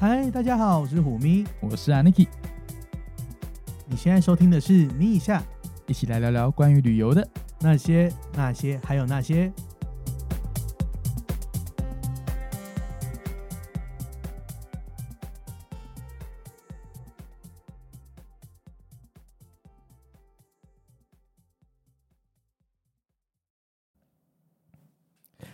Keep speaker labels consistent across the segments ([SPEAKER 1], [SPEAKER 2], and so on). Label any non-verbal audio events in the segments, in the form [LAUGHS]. [SPEAKER 1] 嗨，大家好，我是虎咪。
[SPEAKER 2] 我是 Aniki，
[SPEAKER 1] 你现在收听的是《咪一下
[SPEAKER 2] 一起来聊聊关于旅游的。
[SPEAKER 1] 那些那些还有那些》。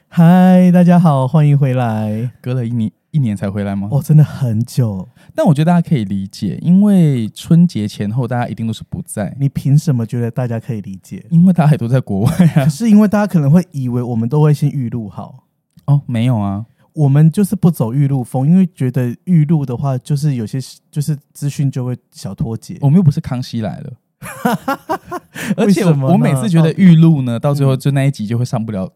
[SPEAKER 1] 嗨，大家好，欢迎回来。
[SPEAKER 2] 隔了一年，一年才回来吗？
[SPEAKER 1] 哦，真的很久，
[SPEAKER 2] 但我觉得大家可以理解，因为春节前后大家一定都是不在，
[SPEAKER 1] 你凭什么觉得大家可以理解？
[SPEAKER 2] 因为大家也都在国
[SPEAKER 1] [LAUGHS]
[SPEAKER 2] 外
[SPEAKER 1] 可
[SPEAKER 2] [LAUGHS] 啊。
[SPEAKER 1] 是因为大家可能会以为我们都会先预录好，
[SPEAKER 2] 哦，没有啊，
[SPEAKER 1] 我们就是不走预录风，因为觉得预录的话，就是有些就是资讯就会小脱节。
[SPEAKER 2] 我们又不是康熙
[SPEAKER 1] [LAUGHS]
[SPEAKER 2] 来了。而且
[SPEAKER 1] 为什么呢嗯
[SPEAKER 2] 我我每次觉得预录呢，到最后就那一集就会上不了，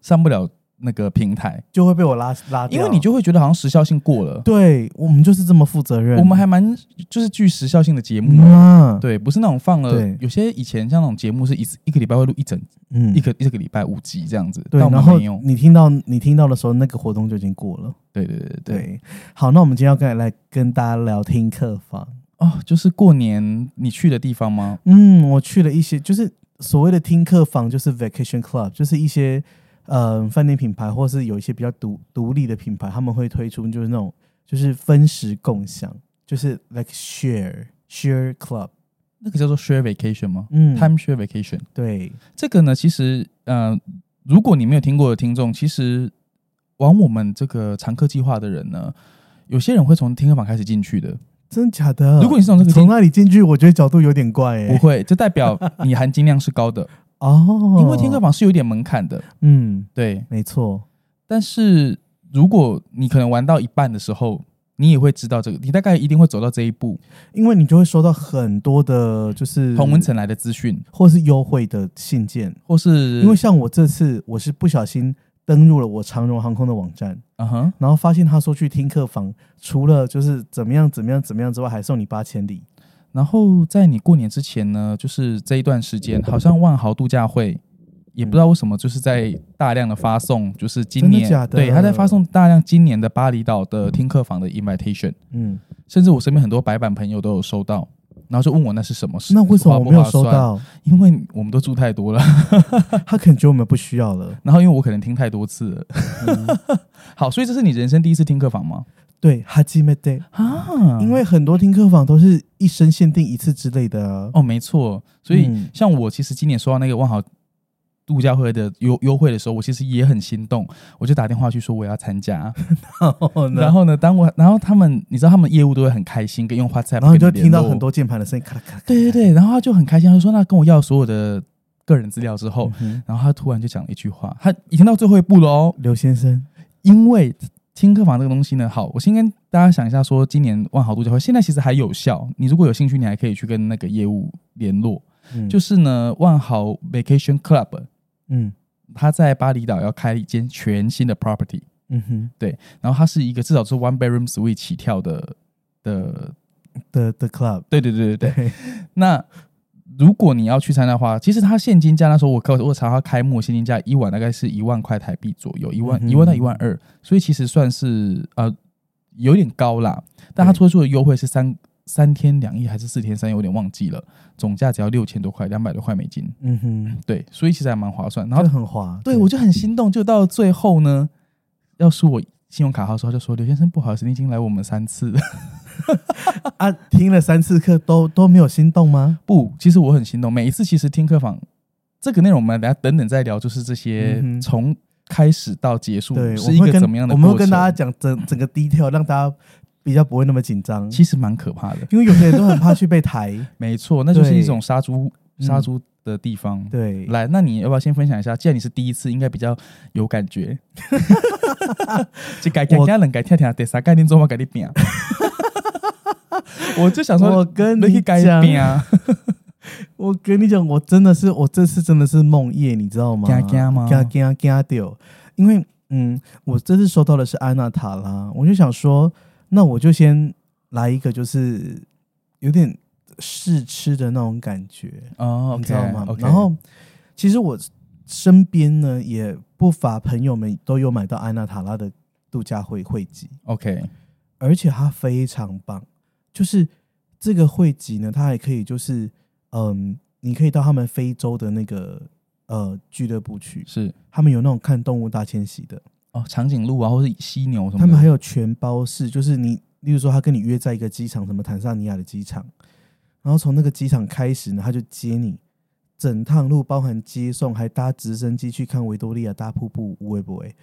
[SPEAKER 2] 上不了那个平台，
[SPEAKER 1] 就会被我拉拉掉，
[SPEAKER 2] 因为你就会觉得好像时效性过了。
[SPEAKER 1] 对我们就是这么负责任，
[SPEAKER 2] 我们还蛮就是具时效性的节目。
[SPEAKER 1] 嗯，
[SPEAKER 2] 对，不是那种放了
[SPEAKER 1] 对，
[SPEAKER 2] 有些以前像那种节目是一次一个礼拜会录一整
[SPEAKER 1] 嗯
[SPEAKER 2] 一个一个礼拜五集这样子，
[SPEAKER 1] 对，
[SPEAKER 2] 但我
[SPEAKER 1] 然
[SPEAKER 2] 们
[SPEAKER 1] 后
[SPEAKER 2] 没有。
[SPEAKER 1] 你听到你听到的时候，那个活动就已经过了。
[SPEAKER 2] 对对对对对。
[SPEAKER 1] 对，好，那我们今天要跟来跟大家聊听客房。
[SPEAKER 2] 哦，就是过年你去的地方吗？
[SPEAKER 1] 嗯，我去了一些，就是所谓的听客房，就是 vacation club，就是一些呃饭店品牌，或是有一些比较独独立的品牌，他们会推出就是那种就是分食共享，就是 like share share club。
[SPEAKER 2] 那个叫做 share vacation 吗、
[SPEAKER 1] 嗯
[SPEAKER 2] t i m e share vacation
[SPEAKER 1] 对，
[SPEAKER 2] 这个呢，其实呃，如果你没有听过的听众，其实往我们这个常客计划的人呢，有些人会从听客房开始进去的，
[SPEAKER 1] 真的假的？
[SPEAKER 2] 如果你是从这个
[SPEAKER 1] 从
[SPEAKER 2] 听
[SPEAKER 1] 那里进去，我觉得角度有点怪哎、
[SPEAKER 2] 不会，这代表你含金量是高的，
[SPEAKER 1] [LAUGHS] 哦，
[SPEAKER 2] 因为听客房是有点门槛的，
[SPEAKER 1] 嗯，
[SPEAKER 2] 对。
[SPEAKER 1] 没错，
[SPEAKER 2] 但是如果你可能玩到一半的时候，你也会知道这个，你大概一定会走到这一步，
[SPEAKER 1] 因为你就会收到很多的，就是
[SPEAKER 2] 同文层来的资讯，
[SPEAKER 1] 或是优惠的信件，
[SPEAKER 2] 或是
[SPEAKER 1] 因为像我这次我是不小心登入了我长荣航空的网站。
[SPEAKER 2] 嗯哼，
[SPEAKER 1] 然后发现他说去听客房，除了就是怎么样怎么样怎么样之外，还送你八千里。
[SPEAKER 2] 然后在你过年之前呢，就是这一段时间，好像万豪度假会也不知道为什么，就是在大量的发送，就是
[SPEAKER 1] 嗯
[SPEAKER 2] 今年
[SPEAKER 1] 真的假的
[SPEAKER 2] 对他在发送大量今年的巴厘岛的听客房的 invitation，
[SPEAKER 1] 嗯，
[SPEAKER 2] 甚至我身边很多白板朋友都有收到，然后就问我那是什么事，
[SPEAKER 1] 那为什么我没有
[SPEAKER 2] 划不
[SPEAKER 1] 收
[SPEAKER 2] 划算？
[SPEAKER 1] 到？ [LAUGHS]
[SPEAKER 2] 因为我们都住太多了， [LAUGHS]
[SPEAKER 1] 他可能觉得我们不需要了。
[SPEAKER 2] 然后因为我可能听太多次了。
[SPEAKER 1] 嗯
[SPEAKER 2] [LAUGHS] 好，所以这是你人生第一次听客房吗？
[SPEAKER 1] 对，哈基 [LAUGHS] 梅德，
[SPEAKER 2] 啊
[SPEAKER 1] 因为很多听客房都是一生限定一次之类的啊。
[SPEAKER 2] 哦，没错，所以
[SPEAKER 1] 嗯
[SPEAKER 2] 像我其实今年收到那个万豪度假会的优优惠的时候，我其实也很心动，我就打电话去说我要参加。
[SPEAKER 1] [LAUGHS] 哦，然
[SPEAKER 2] 然
[SPEAKER 1] 后
[SPEAKER 2] 后呢，当我然后他们，你知道他们业务都会很开心，跟用 WhatsApp，
[SPEAKER 1] 然后你就
[SPEAKER 2] 跟联
[SPEAKER 1] 听到
[SPEAKER 2] 络
[SPEAKER 1] 很，多键盘的声音，咔啦咔啦咔啦。
[SPEAKER 2] 对对对，然后他就很开心，他就说那跟我要所有的个人资料之后，
[SPEAKER 1] 嗯哼，
[SPEAKER 2] 然后他突然就讲了一句话，他已经到最后一步了哦，
[SPEAKER 1] 刘先生，
[SPEAKER 2] 因为。听客房这个东西呢，好，我先跟大家想一下，说今年万豪度假会现在其实还有效，你如果有兴趣，你还可以去跟那个业务联络。
[SPEAKER 1] 嗯
[SPEAKER 2] 就是呢，万豪 Vacation Club，
[SPEAKER 1] 嗯
[SPEAKER 2] 它在巴厘岛要开一间全新的 property，
[SPEAKER 1] 嗯哼
[SPEAKER 2] 然后它是一个至少是 one bedroom suite 起跳的的，
[SPEAKER 1] 的的 club，
[SPEAKER 2] 对对对对对。
[SPEAKER 1] 对，
[SPEAKER 2] 那如果你要去参加的话，其实它现金价那时候我看我查它开幕现金价一晚大概是一万块台币左右，一
[SPEAKER 1] 嗯
[SPEAKER 2] 万
[SPEAKER 1] 哼
[SPEAKER 2] 一万到一万二，所以其实算是呃有点高啦。但它
[SPEAKER 1] 对
[SPEAKER 2] 推出的优惠是三三天两夜还是四天三夜，我有点忘记了，总价只要六千多块，两百多块美金。
[SPEAKER 1] [LAUGHS] 嗯哼，
[SPEAKER 2] 对，所以其实还蛮划算。然
[SPEAKER 1] 然后
[SPEAKER 2] 后
[SPEAKER 1] 很滑，
[SPEAKER 2] 对我就很心动，就到最后呢，要输我信用卡号的时候，他就说刘先生不好意思，你已经来我们三次 [LAUGHS] 了。
[SPEAKER 1] 啊，听了三次课都都没有心动吗？
[SPEAKER 2] 不，其实我很心动，每一次其实听客房这个内容，我们等下等等再聊，就是这些
[SPEAKER 1] 嗯哼
[SPEAKER 2] 从开始到结束
[SPEAKER 1] 对，我
[SPEAKER 2] 是
[SPEAKER 1] 们
[SPEAKER 2] 一
[SPEAKER 1] 会
[SPEAKER 2] 个
[SPEAKER 1] 跟
[SPEAKER 2] 怎么样的
[SPEAKER 1] 我
[SPEAKER 2] 过
[SPEAKER 1] 们
[SPEAKER 2] 程，
[SPEAKER 1] 会跟大家讲整整个 detail，让大家比较不会那么紧张。
[SPEAKER 2] 其实蛮可怕的。 [LAUGHS]
[SPEAKER 1] 因为有些人都很怕去被抬，
[SPEAKER 2] 没错，那就是
[SPEAKER 1] 对嗯
[SPEAKER 2] 一种杀猪杀猪的地方。
[SPEAKER 1] 对，
[SPEAKER 2] 来，那你要不要先分享一下？既然你是第一次，应该比较有感
[SPEAKER 1] [LAUGHS]
[SPEAKER 2] 觉。就改改
[SPEAKER 1] 我
[SPEAKER 2] 改冷改跳跳，第三概念中我改你
[SPEAKER 1] [LAUGHS]
[SPEAKER 2] 饼。我就想说，
[SPEAKER 1] 我跟
[SPEAKER 2] 你
[SPEAKER 1] 你
[SPEAKER 2] 改
[SPEAKER 1] 讲，
[SPEAKER 2] 饼啊，
[SPEAKER 1] 我跟你讲，我真的是，我这次真的是梦魇，你知道吗？
[SPEAKER 2] 怕怕吗
[SPEAKER 1] 惊惊惊掉，因为嗯，我这次收到的是安娜塔拉，我就想说，那我就先来一个，就是有点试吃的那种感觉，
[SPEAKER 2] 哦，
[SPEAKER 1] 你知道吗
[SPEAKER 2] o k
[SPEAKER 1] 然后，其实我身边呢也不乏朋友们都有买到安娜塔拉的度假会会籍，
[SPEAKER 2] OK，
[SPEAKER 1] 而且它非常棒，就是这个会籍呢，它还可以就是嗯，你可以到他们非洲的那个呃俱乐部去，
[SPEAKER 2] 是
[SPEAKER 1] 他们有那种看动物大迁徙的，
[SPEAKER 2] 哦，长颈鹿啊，或是犀牛什么的，
[SPEAKER 1] 他们还有全包式，就是你例如说他跟你约在一个机场，什么坦桑尼亚的机场，然后从那个机场开始呢，他就接你。整趟路包含接送，还搭直升机去看维多利亚大瀑布，会不会？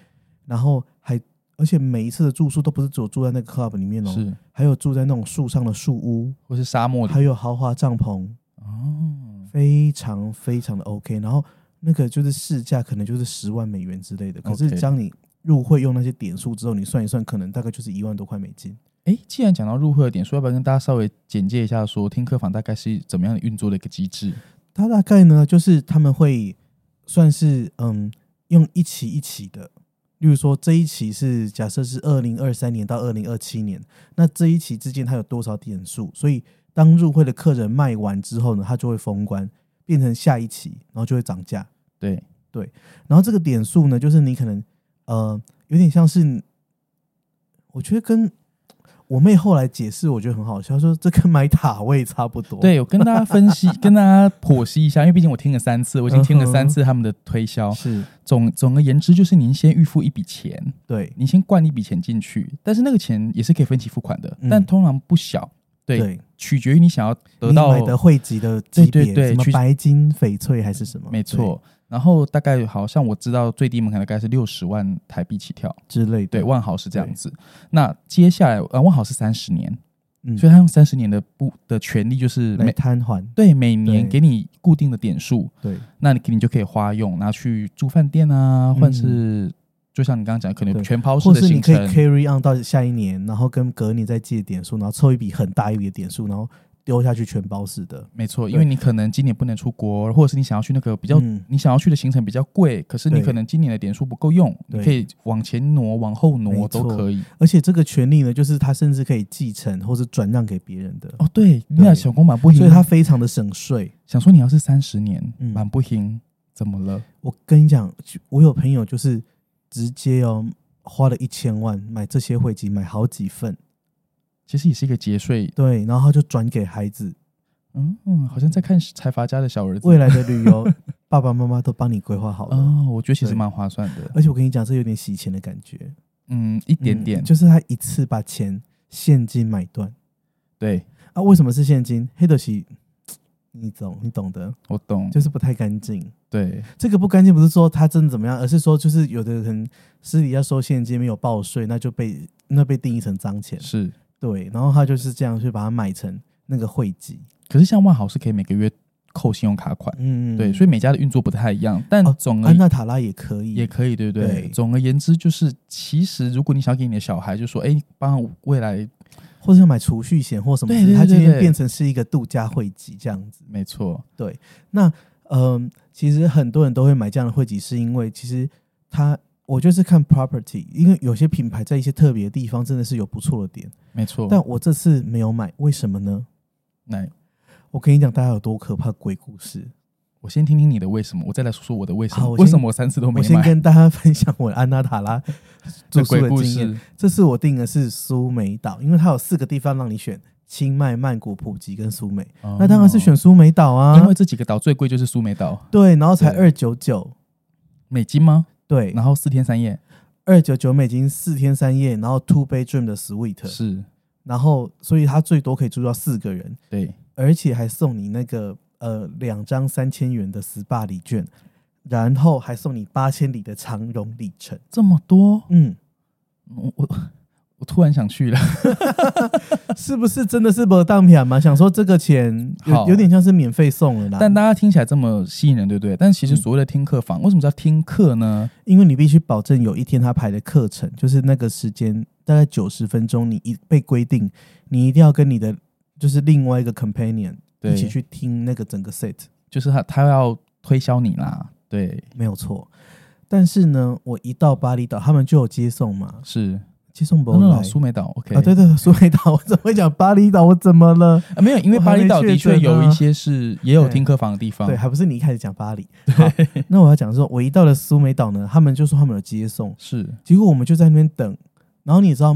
[SPEAKER 1] 然后还而且每一次的住宿都不是只有住在那个 club 里面哦，
[SPEAKER 2] 是，
[SPEAKER 1] 还有住在那种树上的树屋，
[SPEAKER 2] 或是沙漠
[SPEAKER 1] 还
[SPEAKER 2] 里
[SPEAKER 1] 有豪华帐篷，
[SPEAKER 2] 哦，
[SPEAKER 1] 非常非常的 OK。然后那个就是市价可能就是十万美元之类的，可是
[SPEAKER 2] OK
[SPEAKER 1] 将你入会用那些点数之后，你算一算，可能大概就是一万多块美金。
[SPEAKER 2] 哎，既然讲到入会的点数，要不要跟大家稍微简介一下说，听客房大概是怎么样的运作的一个机制？
[SPEAKER 1] 它大概呢就是他们会算是嗯用一期一期的。例如说，这一期是假设是二零二三年到二零二七年，那这一期之间它有多少点数？所以当入会的客人卖完之后呢，它就会封关，变成下一期，然后就会涨价。
[SPEAKER 2] 对，
[SPEAKER 1] 然后这个点数呢，就是你可能呃，有点像是，我觉得跟我妹后来解释，我觉得很好笑，她说这跟买塔位差不多。
[SPEAKER 2] 对，我跟大家
[SPEAKER 1] [LAUGHS]
[SPEAKER 2] 分析，跟大家剖析一下，因为毕竟我听了三次，我已经
[SPEAKER 1] 嗯
[SPEAKER 2] 听了三次他们的推销。
[SPEAKER 1] 是，
[SPEAKER 2] 总总而言之，就是您先预付一笔钱，
[SPEAKER 1] 对，
[SPEAKER 2] 您先灌一笔钱进去，但是那个钱也是可以分期付款的，
[SPEAKER 1] 嗯
[SPEAKER 2] 但通常不小。对，
[SPEAKER 1] 对，
[SPEAKER 2] 取决于你想要得
[SPEAKER 1] 你
[SPEAKER 2] 到
[SPEAKER 1] 买的汇集的级别，
[SPEAKER 2] 对对对
[SPEAKER 1] 什么
[SPEAKER 2] 去
[SPEAKER 1] 白金、翡翠还是什么，
[SPEAKER 2] 没错。然后大概好像我知道最低门槛大概是六十万台币起跳，
[SPEAKER 1] 对之类的。
[SPEAKER 2] 对，万豪是这样子。那接下来，呃，万豪是三十年，
[SPEAKER 1] 嗯，
[SPEAKER 2] 所以他用三十年的不的权利，就是
[SPEAKER 1] 来
[SPEAKER 2] 每
[SPEAKER 1] 摊还，
[SPEAKER 2] 对每年
[SPEAKER 1] 对
[SPEAKER 2] 给你固定的点数，
[SPEAKER 1] 对
[SPEAKER 2] 那你你就可以花用拿去住饭店啊，或者是就像你刚刚讲，可能
[SPEAKER 1] 嗯对
[SPEAKER 2] 全抛式
[SPEAKER 1] 或
[SPEAKER 2] 的
[SPEAKER 1] 是你
[SPEAKER 2] 行
[SPEAKER 1] 可以
[SPEAKER 2] 程，
[SPEAKER 1] carry on 到下一年，然后跟隔年再借点数，然后凑一笔很大一笔的点数，然后丢下去全包式的。
[SPEAKER 2] 没错，
[SPEAKER 1] 对
[SPEAKER 2] 因为你可能今年不能出国，或者是你想要去那个比较
[SPEAKER 1] 嗯
[SPEAKER 2] 你想要去的行程比较贵，可是你
[SPEAKER 1] 对
[SPEAKER 2] 可能今年的点数不够用，你
[SPEAKER 1] 对
[SPEAKER 2] 可以往前挪、往后挪
[SPEAKER 1] 没
[SPEAKER 2] 都
[SPEAKER 1] 错
[SPEAKER 2] 可以。
[SPEAKER 1] 而且这个权利呢，就是他甚至可以继承或是转让给别人的，
[SPEAKER 2] 哦，对，你俩小公满不行，
[SPEAKER 1] 所以他非常的省税。
[SPEAKER 2] 想说你要是三十年
[SPEAKER 1] 嗯
[SPEAKER 2] 满不行，怎么了？
[SPEAKER 1] 我跟你讲，我有朋友就是直接哦，花了一千万买这些汇集，买好几份，
[SPEAKER 2] 其实也是一个节税，
[SPEAKER 1] 对，然后他就转给孩子，
[SPEAKER 2] 嗯嗯，好像在看财阀家的小儿子
[SPEAKER 1] 未来的旅
[SPEAKER 2] [LAUGHS]
[SPEAKER 1] 游爸爸妈妈都帮你规划好了。
[SPEAKER 2] 哦，我觉得其实
[SPEAKER 1] 对
[SPEAKER 2] 蛮划算的，
[SPEAKER 1] 而且我跟你讲，这有点洗钱的感觉，
[SPEAKER 2] 嗯，一点
[SPEAKER 1] 嗯
[SPEAKER 2] 点，
[SPEAKER 1] 就是他一次把钱现金买断
[SPEAKER 2] 对
[SPEAKER 1] 啊？为什么是现金？黑德西，你懂，你懂的，
[SPEAKER 2] 我懂，
[SPEAKER 1] 就是不太干净。
[SPEAKER 2] 对，
[SPEAKER 1] 这个不干净不是说他真的怎么样，而是说就是有的人私底下收现金没有报税，那就被那被定义成脏钱。
[SPEAKER 2] 是。
[SPEAKER 1] 对，然后他就是这样去把它买成那个汇集。
[SPEAKER 2] 可是像万豪是可以每个月扣信用卡款，
[SPEAKER 1] 嗯，
[SPEAKER 2] 对，所以每家的运作不太一样，但
[SPEAKER 1] 哦
[SPEAKER 2] 总而
[SPEAKER 1] 安娜塔拉也可以，
[SPEAKER 2] 也可以，对不对？
[SPEAKER 1] 对
[SPEAKER 2] 总而言之，就是其实如果你想给你的小孩，就说，哎，帮我未来
[SPEAKER 1] 或者要买储蓄险或什么
[SPEAKER 2] 对
[SPEAKER 1] 之类的，
[SPEAKER 2] 对
[SPEAKER 1] 他
[SPEAKER 2] 对
[SPEAKER 1] 今天
[SPEAKER 2] 对
[SPEAKER 1] 变成是一个度假汇集这样子。
[SPEAKER 2] 没错，
[SPEAKER 1] 嗯，其实很多人都会买这样的汇集，是因为其实他我就是看 property，因为有些品牌在一些特别的地方真的是有不错的点，
[SPEAKER 2] 没错。
[SPEAKER 1] 但我这次没有买，为什么呢？
[SPEAKER 2] 来，
[SPEAKER 1] 我跟你讲，大家有多可怕鬼故事。
[SPEAKER 2] 我先听听你的为什么，我再来说说我的为什么
[SPEAKER 1] 好。我先
[SPEAKER 2] 为什么我三次都没
[SPEAKER 1] 我先
[SPEAKER 2] 买？
[SPEAKER 1] 跟大家分享我的安娜塔拉住
[SPEAKER 2] [LAUGHS] 这
[SPEAKER 1] 宿
[SPEAKER 2] 鬼
[SPEAKER 1] 的
[SPEAKER 2] 故
[SPEAKER 1] 经验。
[SPEAKER 2] 事，
[SPEAKER 1] 这次我订的是苏梅岛，因为它有四个地方让你选：清迈、曼谷、普吉跟苏梅。
[SPEAKER 2] 哦
[SPEAKER 1] 那当然是选苏梅岛啊
[SPEAKER 2] 因为，这几个岛最贵就是苏梅岛，
[SPEAKER 1] 对，然后才
[SPEAKER 2] 对
[SPEAKER 1] 二九九，
[SPEAKER 2] 美金吗？
[SPEAKER 1] 对，
[SPEAKER 2] 然后四天三夜
[SPEAKER 1] 二九九美金四天三夜，然后 two bedroom 的 suite，
[SPEAKER 2] 是，
[SPEAKER 1] 然后所以它最多可以住到四个人，
[SPEAKER 2] 对，
[SPEAKER 1] 而且还送你那个呃两张三千元的 SPA 礼券，然后还送你八千里的长荣里程。
[SPEAKER 2] 这么多，
[SPEAKER 1] 嗯，
[SPEAKER 2] 我我我突然想去了。
[SPEAKER 1] 啊是不是真的是不当片啊嘛？想说这个钱有
[SPEAKER 2] 好
[SPEAKER 1] 有点像是免费送了啦，
[SPEAKER 2] 但大家听起来这么吸引人，对不对？但其实
[SPEAKER 1] 嗯
[SPEAKER 2] 所谓的听课房，为什么叫听课呢？
[SPEAKER 1] 因为你必须保证有一天他排的课程，就是那个时间大概九十分钟，你一被规定，你一定要跟你的就是另外一个 companion
[SPEAKER 2] 对
[SPEAKER 1] 一起去听那个整个 set，
[SPEAKER 2] 就是他他要推销你啦，对，
[SPEAKER 1] 没有错。但是呢，我一到巴厘岛，他们就有接送嘛，
[SPEAKER 2] 是。
[SPEAKER 1] 接送不
[SPEAKER 2] 哦那
[SPEAKER 1] 来
[SPEAKER 2] 老苏梅岛，OK
[SPEAKER 1] 啊，对对，苏梅岛，我怎么会讲巴厘岛？我怎么了？
[SPEAKER 2] 啊没有，因为
[SPEAKER 1] 我
[SPEAKER 2] 巴
[SPEAKER 1] 还
[SPEAKER 2] 厘
[SPEAKER 1] 没
[SPEAKER 2] 岛的
[SPEAKER 1] 确
[SPEAKER 2] 确
[SPEAKER 1] 诊
[SPEAKER 2] 有
[SPEAKER 1] 啊
[SPEAKER 2] 一些是也有
[SPEAKER 1] 对
[SPEAKER 2] 听课房的地方
[SPEAKER 1] 对，，还不是你一开始讲巴黎。
[SPEAKER 2] [LAUGHS]
[SPEAKER 1] 好那我要讲说，我一到了苏梅岛呢，他们就说他们有接送，
[SPEAKER 2] 是，
[SPEAKER 1] 结果我们就在那边等。然后你知道，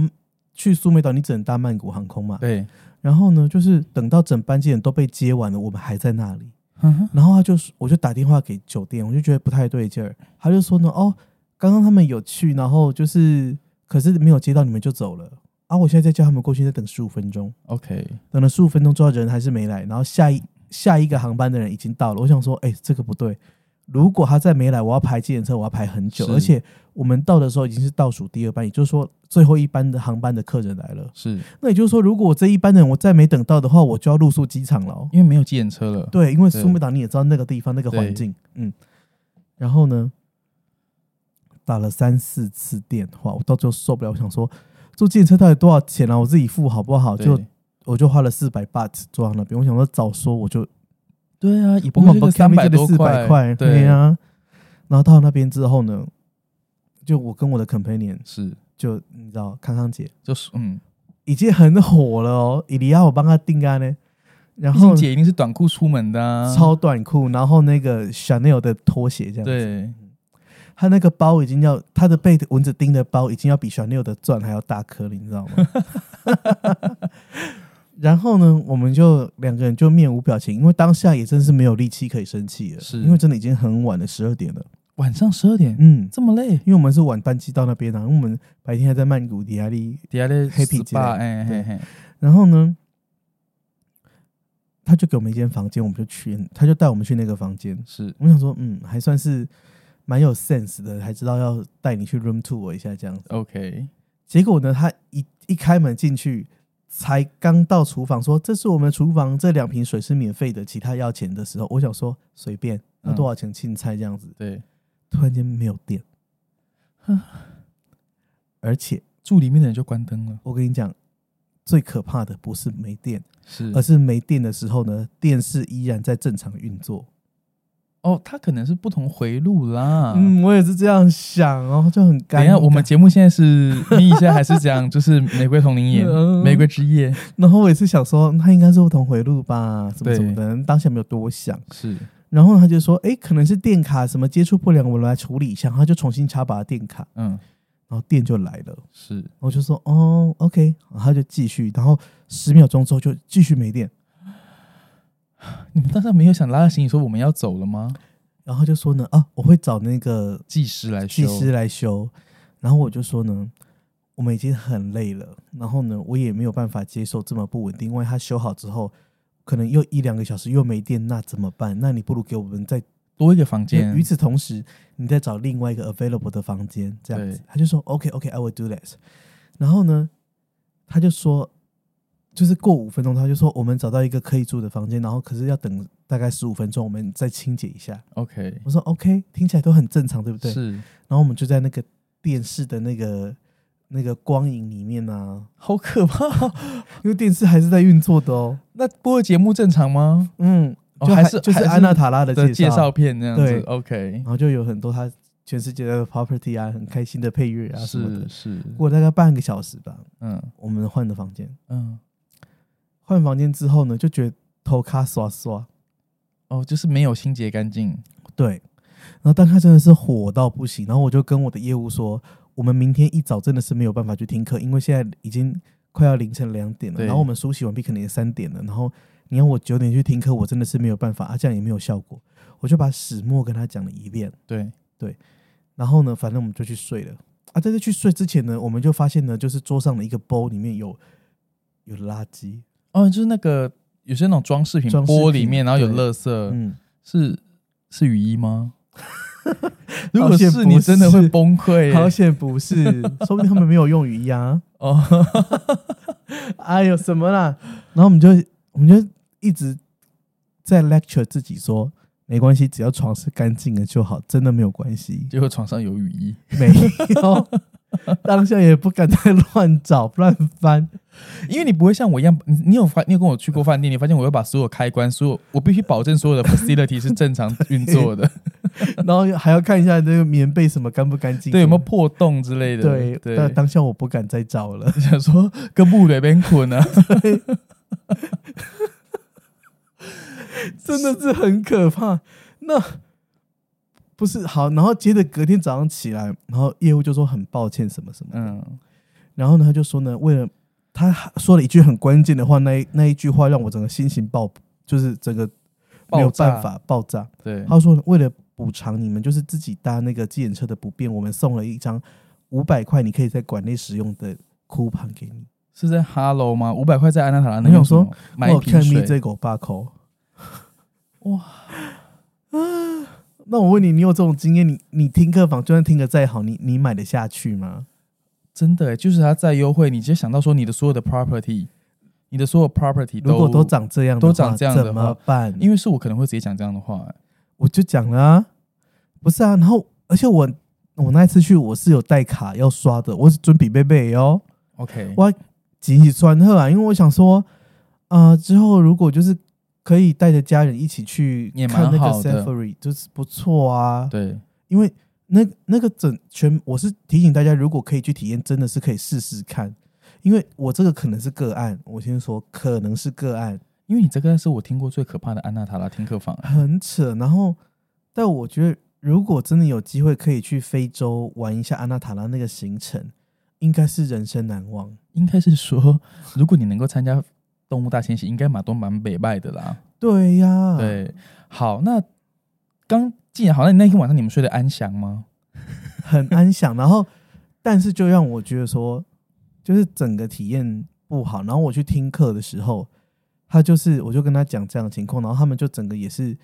[SPEAKER 1] 去苏梅岛你只能搭曼谷航空嘛？
[SPEAKER 2] 对，
[SPEAKER 1] 然后呢，就是等到整班机人都被接完了，我们还在那里。
[SPEAKER 2] 嗯哼
[SPEAKER 1] 然后他就说我就打电话给酒店，我就觉得不太对劲儿。他就说呢，哦，刚刚他们有去，然后就是可是没有接到，你们就走了。啊，我现在再叫他们过去，再等十五分钟，
[SPEAKER 2] ，OK，
[SPEAKER 1] 等了十五分钟之后人还是没来，然后下一下一个航班的人已经到了。我想说，哎、这个不对。如果他再没来，我要排计程车，我要排很久，
[SPEAKER 2] 是
[SPEAKER 1] 而且我们到的时候已经是倒数第二班，也就是说最后一班的航班的客人来了。
[SPEAKER 2] 是
[SPEAKER 1] 那也就是说，如果我这一班的人我再没等到的话，我就要露宿机场了哦、
[SPEAKER 2] 因为没有计程车了，
[SPEAKER 1] 对，因为
[SPEAKER 2] 对
[SPEAKER 1] 苏梅岛你也知道那个地方那个环境，嗯。然后呢，打了三四次电话，我到最后受不了，我想说坐计程车到底多少钱啊？我自己付好不好？
[SPEAKER 2] 对
[SPEAKER 1] 就我就花了四百 baht 坐到那边，我想说早说我就
[SPEAKER 2] 对啊，也不
[SPEAKER 1] 我
[SPEAKER 2] 过
[SPEAKER 1] 们
[SPEAKER 2] 这个三百多
[SPEAKER 1] 四百块，啊
[SPEAKER 2] 对
[SPEAKER 1] 呀、，然后到那边之后呢，就我跟我的 companion
[SPEAKER 2] 是，
[SPEAKER 1] 就你知道康康姐
[SPEAKER 2] 就是嗯，
[SPEAKER 1] 已经很火了哦，伊利亚我帮她订啊呢，然
[SPEAKER 2] 毕竟
[SPEAKER 1] 后
[SPEAKER 2] 姐一定是短裤出门的啊，
[SPEAKER 1] 超短裤，然后那个 Chanel 的拖鞋这样子。
[SPEAKER 2] 对，
[SPEAKER 1] 他那个包已经要，他的被蚊子叮的包已经要比 Chanel 的钻还要大颗了，你知道吗？ [LAUGHS] 然后呢，我们就两个人就面无表情，因为当下也真是没有力气可以生气了，
[SPEAKER 2] 是
[SPEAKER 1] 因为真的已经很晚了，十二点了。
[SPEAKER 2] 晚上十二点
[SPEAKER 1] 嗯，
[SPEAKER 2] 这么累，
[SPEAKER 1] 因为我们是晚班机到那边的、因为我们白天还在曼谷迪亚利，
[SPEAKER 2] 底下的
[SPEAKER 1] 黑皮
[SPEAKER 2] SPA
[SPEAKER 1] 之类的
[SPEAKER 2] 哎嘿
[SPEAKER 1] 对
[SPEAKER 2] 嘿，
[SPEAKER 1] 然后呢，他就给我们一间房间，我们就去，他就带我们去那个房间。
[SPEAKER 2] 是
[SPEAKER 1] 我想说，嗯，还算是蛮有 sense 的，还知道要带你去 room tour 一下这样子。
[SPEAKER 2] OK，
[SPEAKER 1] 结果呢，他一一开门进去，才刚到厨房说这是我们厨房，这两瓶水是免费的，其他要钱的时候，我想说随便，那
[SPEAKER 2] 嗯
[SPEAKER 1] 多少钱青菜这样子。
[SPEAKER 2] 对，
[SPEAKER 1] 突然间没有电
[SPEAKER 2] 嗯哼，
[SPEAKER 1] 而且
[SPEAKER 2] 住里面的人就关灯了，
[SPEAKER 1] 我跟你讲，最可怕的不是没电，
[SPEAKER 2] 是
[SPEAKER 1] 而是没电的时候呢，电视依然在正常运作。
[SPEAKER 2] 哦，它可能是不同回路啦，。
[SPEAKER 1] 嗯，我也是这样想哦，就很尴
[SPEAKER 2] 啊等
[SPEAKER 1] 尬。
[SPEAKER 2] 一下，我们节目现
[SPEAKER 1] [LAUGHS]
[SPEAKER 2] 在是咪一下还是讲就是玫瑰同龄眼、
[SPEAKER 1] 嗯
[SPEAKER 2] 玫瑰之夜？
[SPEAKER 1] 然后我也是想说，那应该是不同回路吧，什么什么的，当下没有多想。
[SPEAKER 2] 是
[SPEAKER 1] 然后他就说，哎，可能是电卡什么接触不良，我来处理一下。他就重新插拔电卡，
[SPEAKER 2] 嗯
[SPEAKER 1] 然后电就来了。
[SPEAKER 2] 是
[SPEAKER 1] 我就说，哦，OK，然后他就继续，然后十秒钟之后就继续没电。
[SPEAKER 2] 你们当时没有想拉着行李说我们要走了吗？
[SPEAKER 1] 然后他就说呢，啊，我会找那个
[SPEAKER 2] 技师来修，
[SPEAKER 1] 技师来修。然后我就说呢，我们已经很累了，然后呢，我也没有办法接受这么不稳定，因为它修好之后，可能又一两个小时又没电，那怎么办？那你不如给我们再，
[SPEAKER 2] 多一个房间
[SPEAKER 1] 与，此同时，你再找另外一个 available 的房间，这样子
[SPEAKER 2] 对。
[SPEAKER 1] 他就说 OK OK，I、will do that。然后呢，他就说。就是过五分钟，他就说我们找到一个可以住的房间，然后可是要等大概十五分钟，我们再清洁一下。
[SPEAKER 2] OK，
[SPEAKER 1] 我说 OK，听起来都很正常，对不对？
[SPEAKER 2] 是
[SPEAKER 1] 然后我们就在那个电视的那个那个光影里面呢、
[SPEAKER 2] 好可怕。
[SPEAKER 1] 因为电视还是在运作的哦。
[SPEAKER 2] 那播的节目正常吗？
[SPEAKER 1] 嗯，
[SPEAKER 2] 哦
[SPEAKER 1] 就
[SPEAKER 2] 还是
[SPEAKER 1] 就是
[SPEAKER 2] 还是
[SPEAKER 1] 安娜塔拉的
[SPEAKER 2] 的
[SPEAKER 1] 介
[SPEAKER 2] 介
[SPEAKER 1] 绍，
[SPEAKER 2] 绍片那样
[SPEAKER 1] 对
[SPEAKER 2] 子，OK，
[SPEAKER 1] 然后就有很多他全世界的 property 啊，很开心的配乐啊什么
[SPEAKER 2] 是
[SPEAKER 1] 的。
[SPEAKER 2] 是，
[SPEAKER 1] 过了大概半个小时吧，
[SPEAKER 2] 嗯
[SPEAKER 1] 我们换的房间，
[SPEAKER 2] 嗯，
[SPEAKER 1] 换房间之后呢，就觉得头卡刷刷，
[SPEAKER 2] 哦，就是没有清洁干净，
[SPEAKER 1] 对。然后当他真的是火到不行，然后我就跟我的业务说，我们明天一早真的是没有办法去听课，因为现在已经快要凌晨两点了，
[SPEAKER 2] 对
[SPEAKER 1] 然后我们梳洗完毕可能也三点了，然后你要我九点去听课，我真的是没有办法，啊，这样也没有效果，我就把始末跟他讲了一遍，
[SPEAKER 2] 对，
[SPEAKER 1] 然后呢，反正我们就去睡了。啊，在这去睡之前呢，我们就发现呢，就是桌上的一个包里面有有垃圾，
[SPEAKER 2] 哦，就是那个有些那种装饰品
[SPEAKER 1] 装饰
[SPEAKER 2] 播
[SPEAKER 1] 品嗯
[SPEAKER 2] 嗯里面，然后有
[SPEAKER 1] 对
[SPEAKER 2] 垃圾，
[SPEAKER 1] 嗯， [LAUGHS]
[SPEAKER 2] 是是雨衣吗？如果
[SPEAKER 1] 好
[SPEAKER 2] 是
[SPEAKER 1] 险
[SPEAKER 2] 你真的
[SPEAKER 1] 不
[SPEAKER 2] 会
[SPEAKER 1] 是
[SPEAKER 2] 崩溃欸耶、
[SPEAKER 1] 好险不
[SPEAKER 2] [LAUGHS]
[SPEAKER 1] 是，说不定他们没有用语呀、
[SPEAKER 2] 哦，
[SPEAKER 1] [LAUGHS] 哎呦，什么啦？然后我们就我们就一直在 lecture 自己说，没关系，只要床是干净的就好，真的没有关系。
[SPEAKER 2] 结果床上有雨衣，
[SPEAKER 1] [LAUGHS] 没有，当下也不敢再乱找乱翻。
[SPEAKER 2] 因为你不会像我一样，你你有发，你有跟我去过饭店，你发现我会把所有开关，所有我必须保证所有的 facility 是正常运作
[SPEAKER 1] [LAUGHS]
[SPEAKER 2] 的，
[SPEAKER 1] 然后还要看一下那个棉被什么干不干净，
[SPEAKER 2] 对，有没有破洞之类的，
[SPEAKER 1] 对，但
[SPEAKER 2] 对，
[SPEAKER 1] 当下我不敢再找了。
[SPEAKER 2] 想说跟木雷边
[SPEAKER 1] [LAUGHS]
[SPEAKER 2] 捆啊，
[SPEAKER 1] 真的是很可怕。那不是好，然后接着隔天早上起来，然后业务就说很抱歉什么什么，
[SPEAKER 2] 嗯，
[SPEAKER 1] 然后呢他就说呢，为了他说了一句很关键的话，那一那一句话让我整个心情爆，就是整个没有
[SPEAKER 2] 爆炸
[SPEAKER 1] 办法爆炸。
[SPEAKER 2] 对，
[SPEAKER 1] 他说为了补偿你们，就是自己搭那个计程车的不便，我们送了一张五百块，你可以在馆内使用的 coupon 给你。
[SPEAKER 2] 是在 Hello 吗？五百块在安娜塔拉
[SPEAKER 1] 我
[SPEAKER 2] 那
[SPEAKER 1] 想
[SPEAKER 2] 用什么
[SPEAKER 1] 说
[SPEAKER 2] 买一
[SPEAKER 1] 我
[SPEAKER 2] 瓶
[SPEAKER 1] 看你
[SPEAKER 2] 水，
[SPEAKER 1] 这狗八口，哇啊！ [LAUGHS] 那我问你，你有这种经验？你你听客房就算听个再好，你你买得下去吗？
[SPEAKER 2] 真的耶、欸就是它再优惠，你直接想到说你的所有的 property，你的所有 property
[SPEAKER 1] 如果都，长这样的话，
[SPEAKER 2] 都长这样的
[SPEAKER 1] 怎
[SPEAKER 2] 话
[SPEAKER 1] 么办？
[SPEAKER 2] 因为是我可能会直接讲这样的话耶、
[SPEAKER 1] 我就讲了啊，不是啊，然后而且我我那一次去我是有带卡要刷的，我是准备贝贝哦，
[SPEAKER 2] OK，
[SPEAKER 1] 我紧起穿贺啊，因为我想说，呃，之后如果就是可以带着家人一起去
[SPEAKER 2] 也蛮
[SPEAKER 1] 看那个
[SPEAKER 2] 好的
[SPEAKER 1] safari，就是不错啊，
[SPEAKER 2] 对，
[SPEAKER 1] 因为那那个整全，我是提醒大家，如果可以去体验，真的是可以试试看。因为我这个可能是个案，我先说可能是个案，
[SPEAKER 2] 因为你这个是我听过最可怕的安娜塔拉听课房，
[SPEAKER 1] 很扯。然后，但我觉得如果真的有机会可以去非洲玩一下安纳塔拉那个行程，应该是人生难忘。
[SPEAKER 2] 应该是说，如果你能够参加动物大迁徙，应该蛮都蛮北拜的啦。
[SPEAKER 1] 对呀、，
[SPEAKER 2] 对，好，那刚既然好，那你那天晚上你们睡得安详吗？
[SPEAKER 1] 很安详。然后，但是就让我觉得说，就是整个体验不好。然后我去听课的时候，他就是我就跟他讲这样的情况，然后他们就整个也是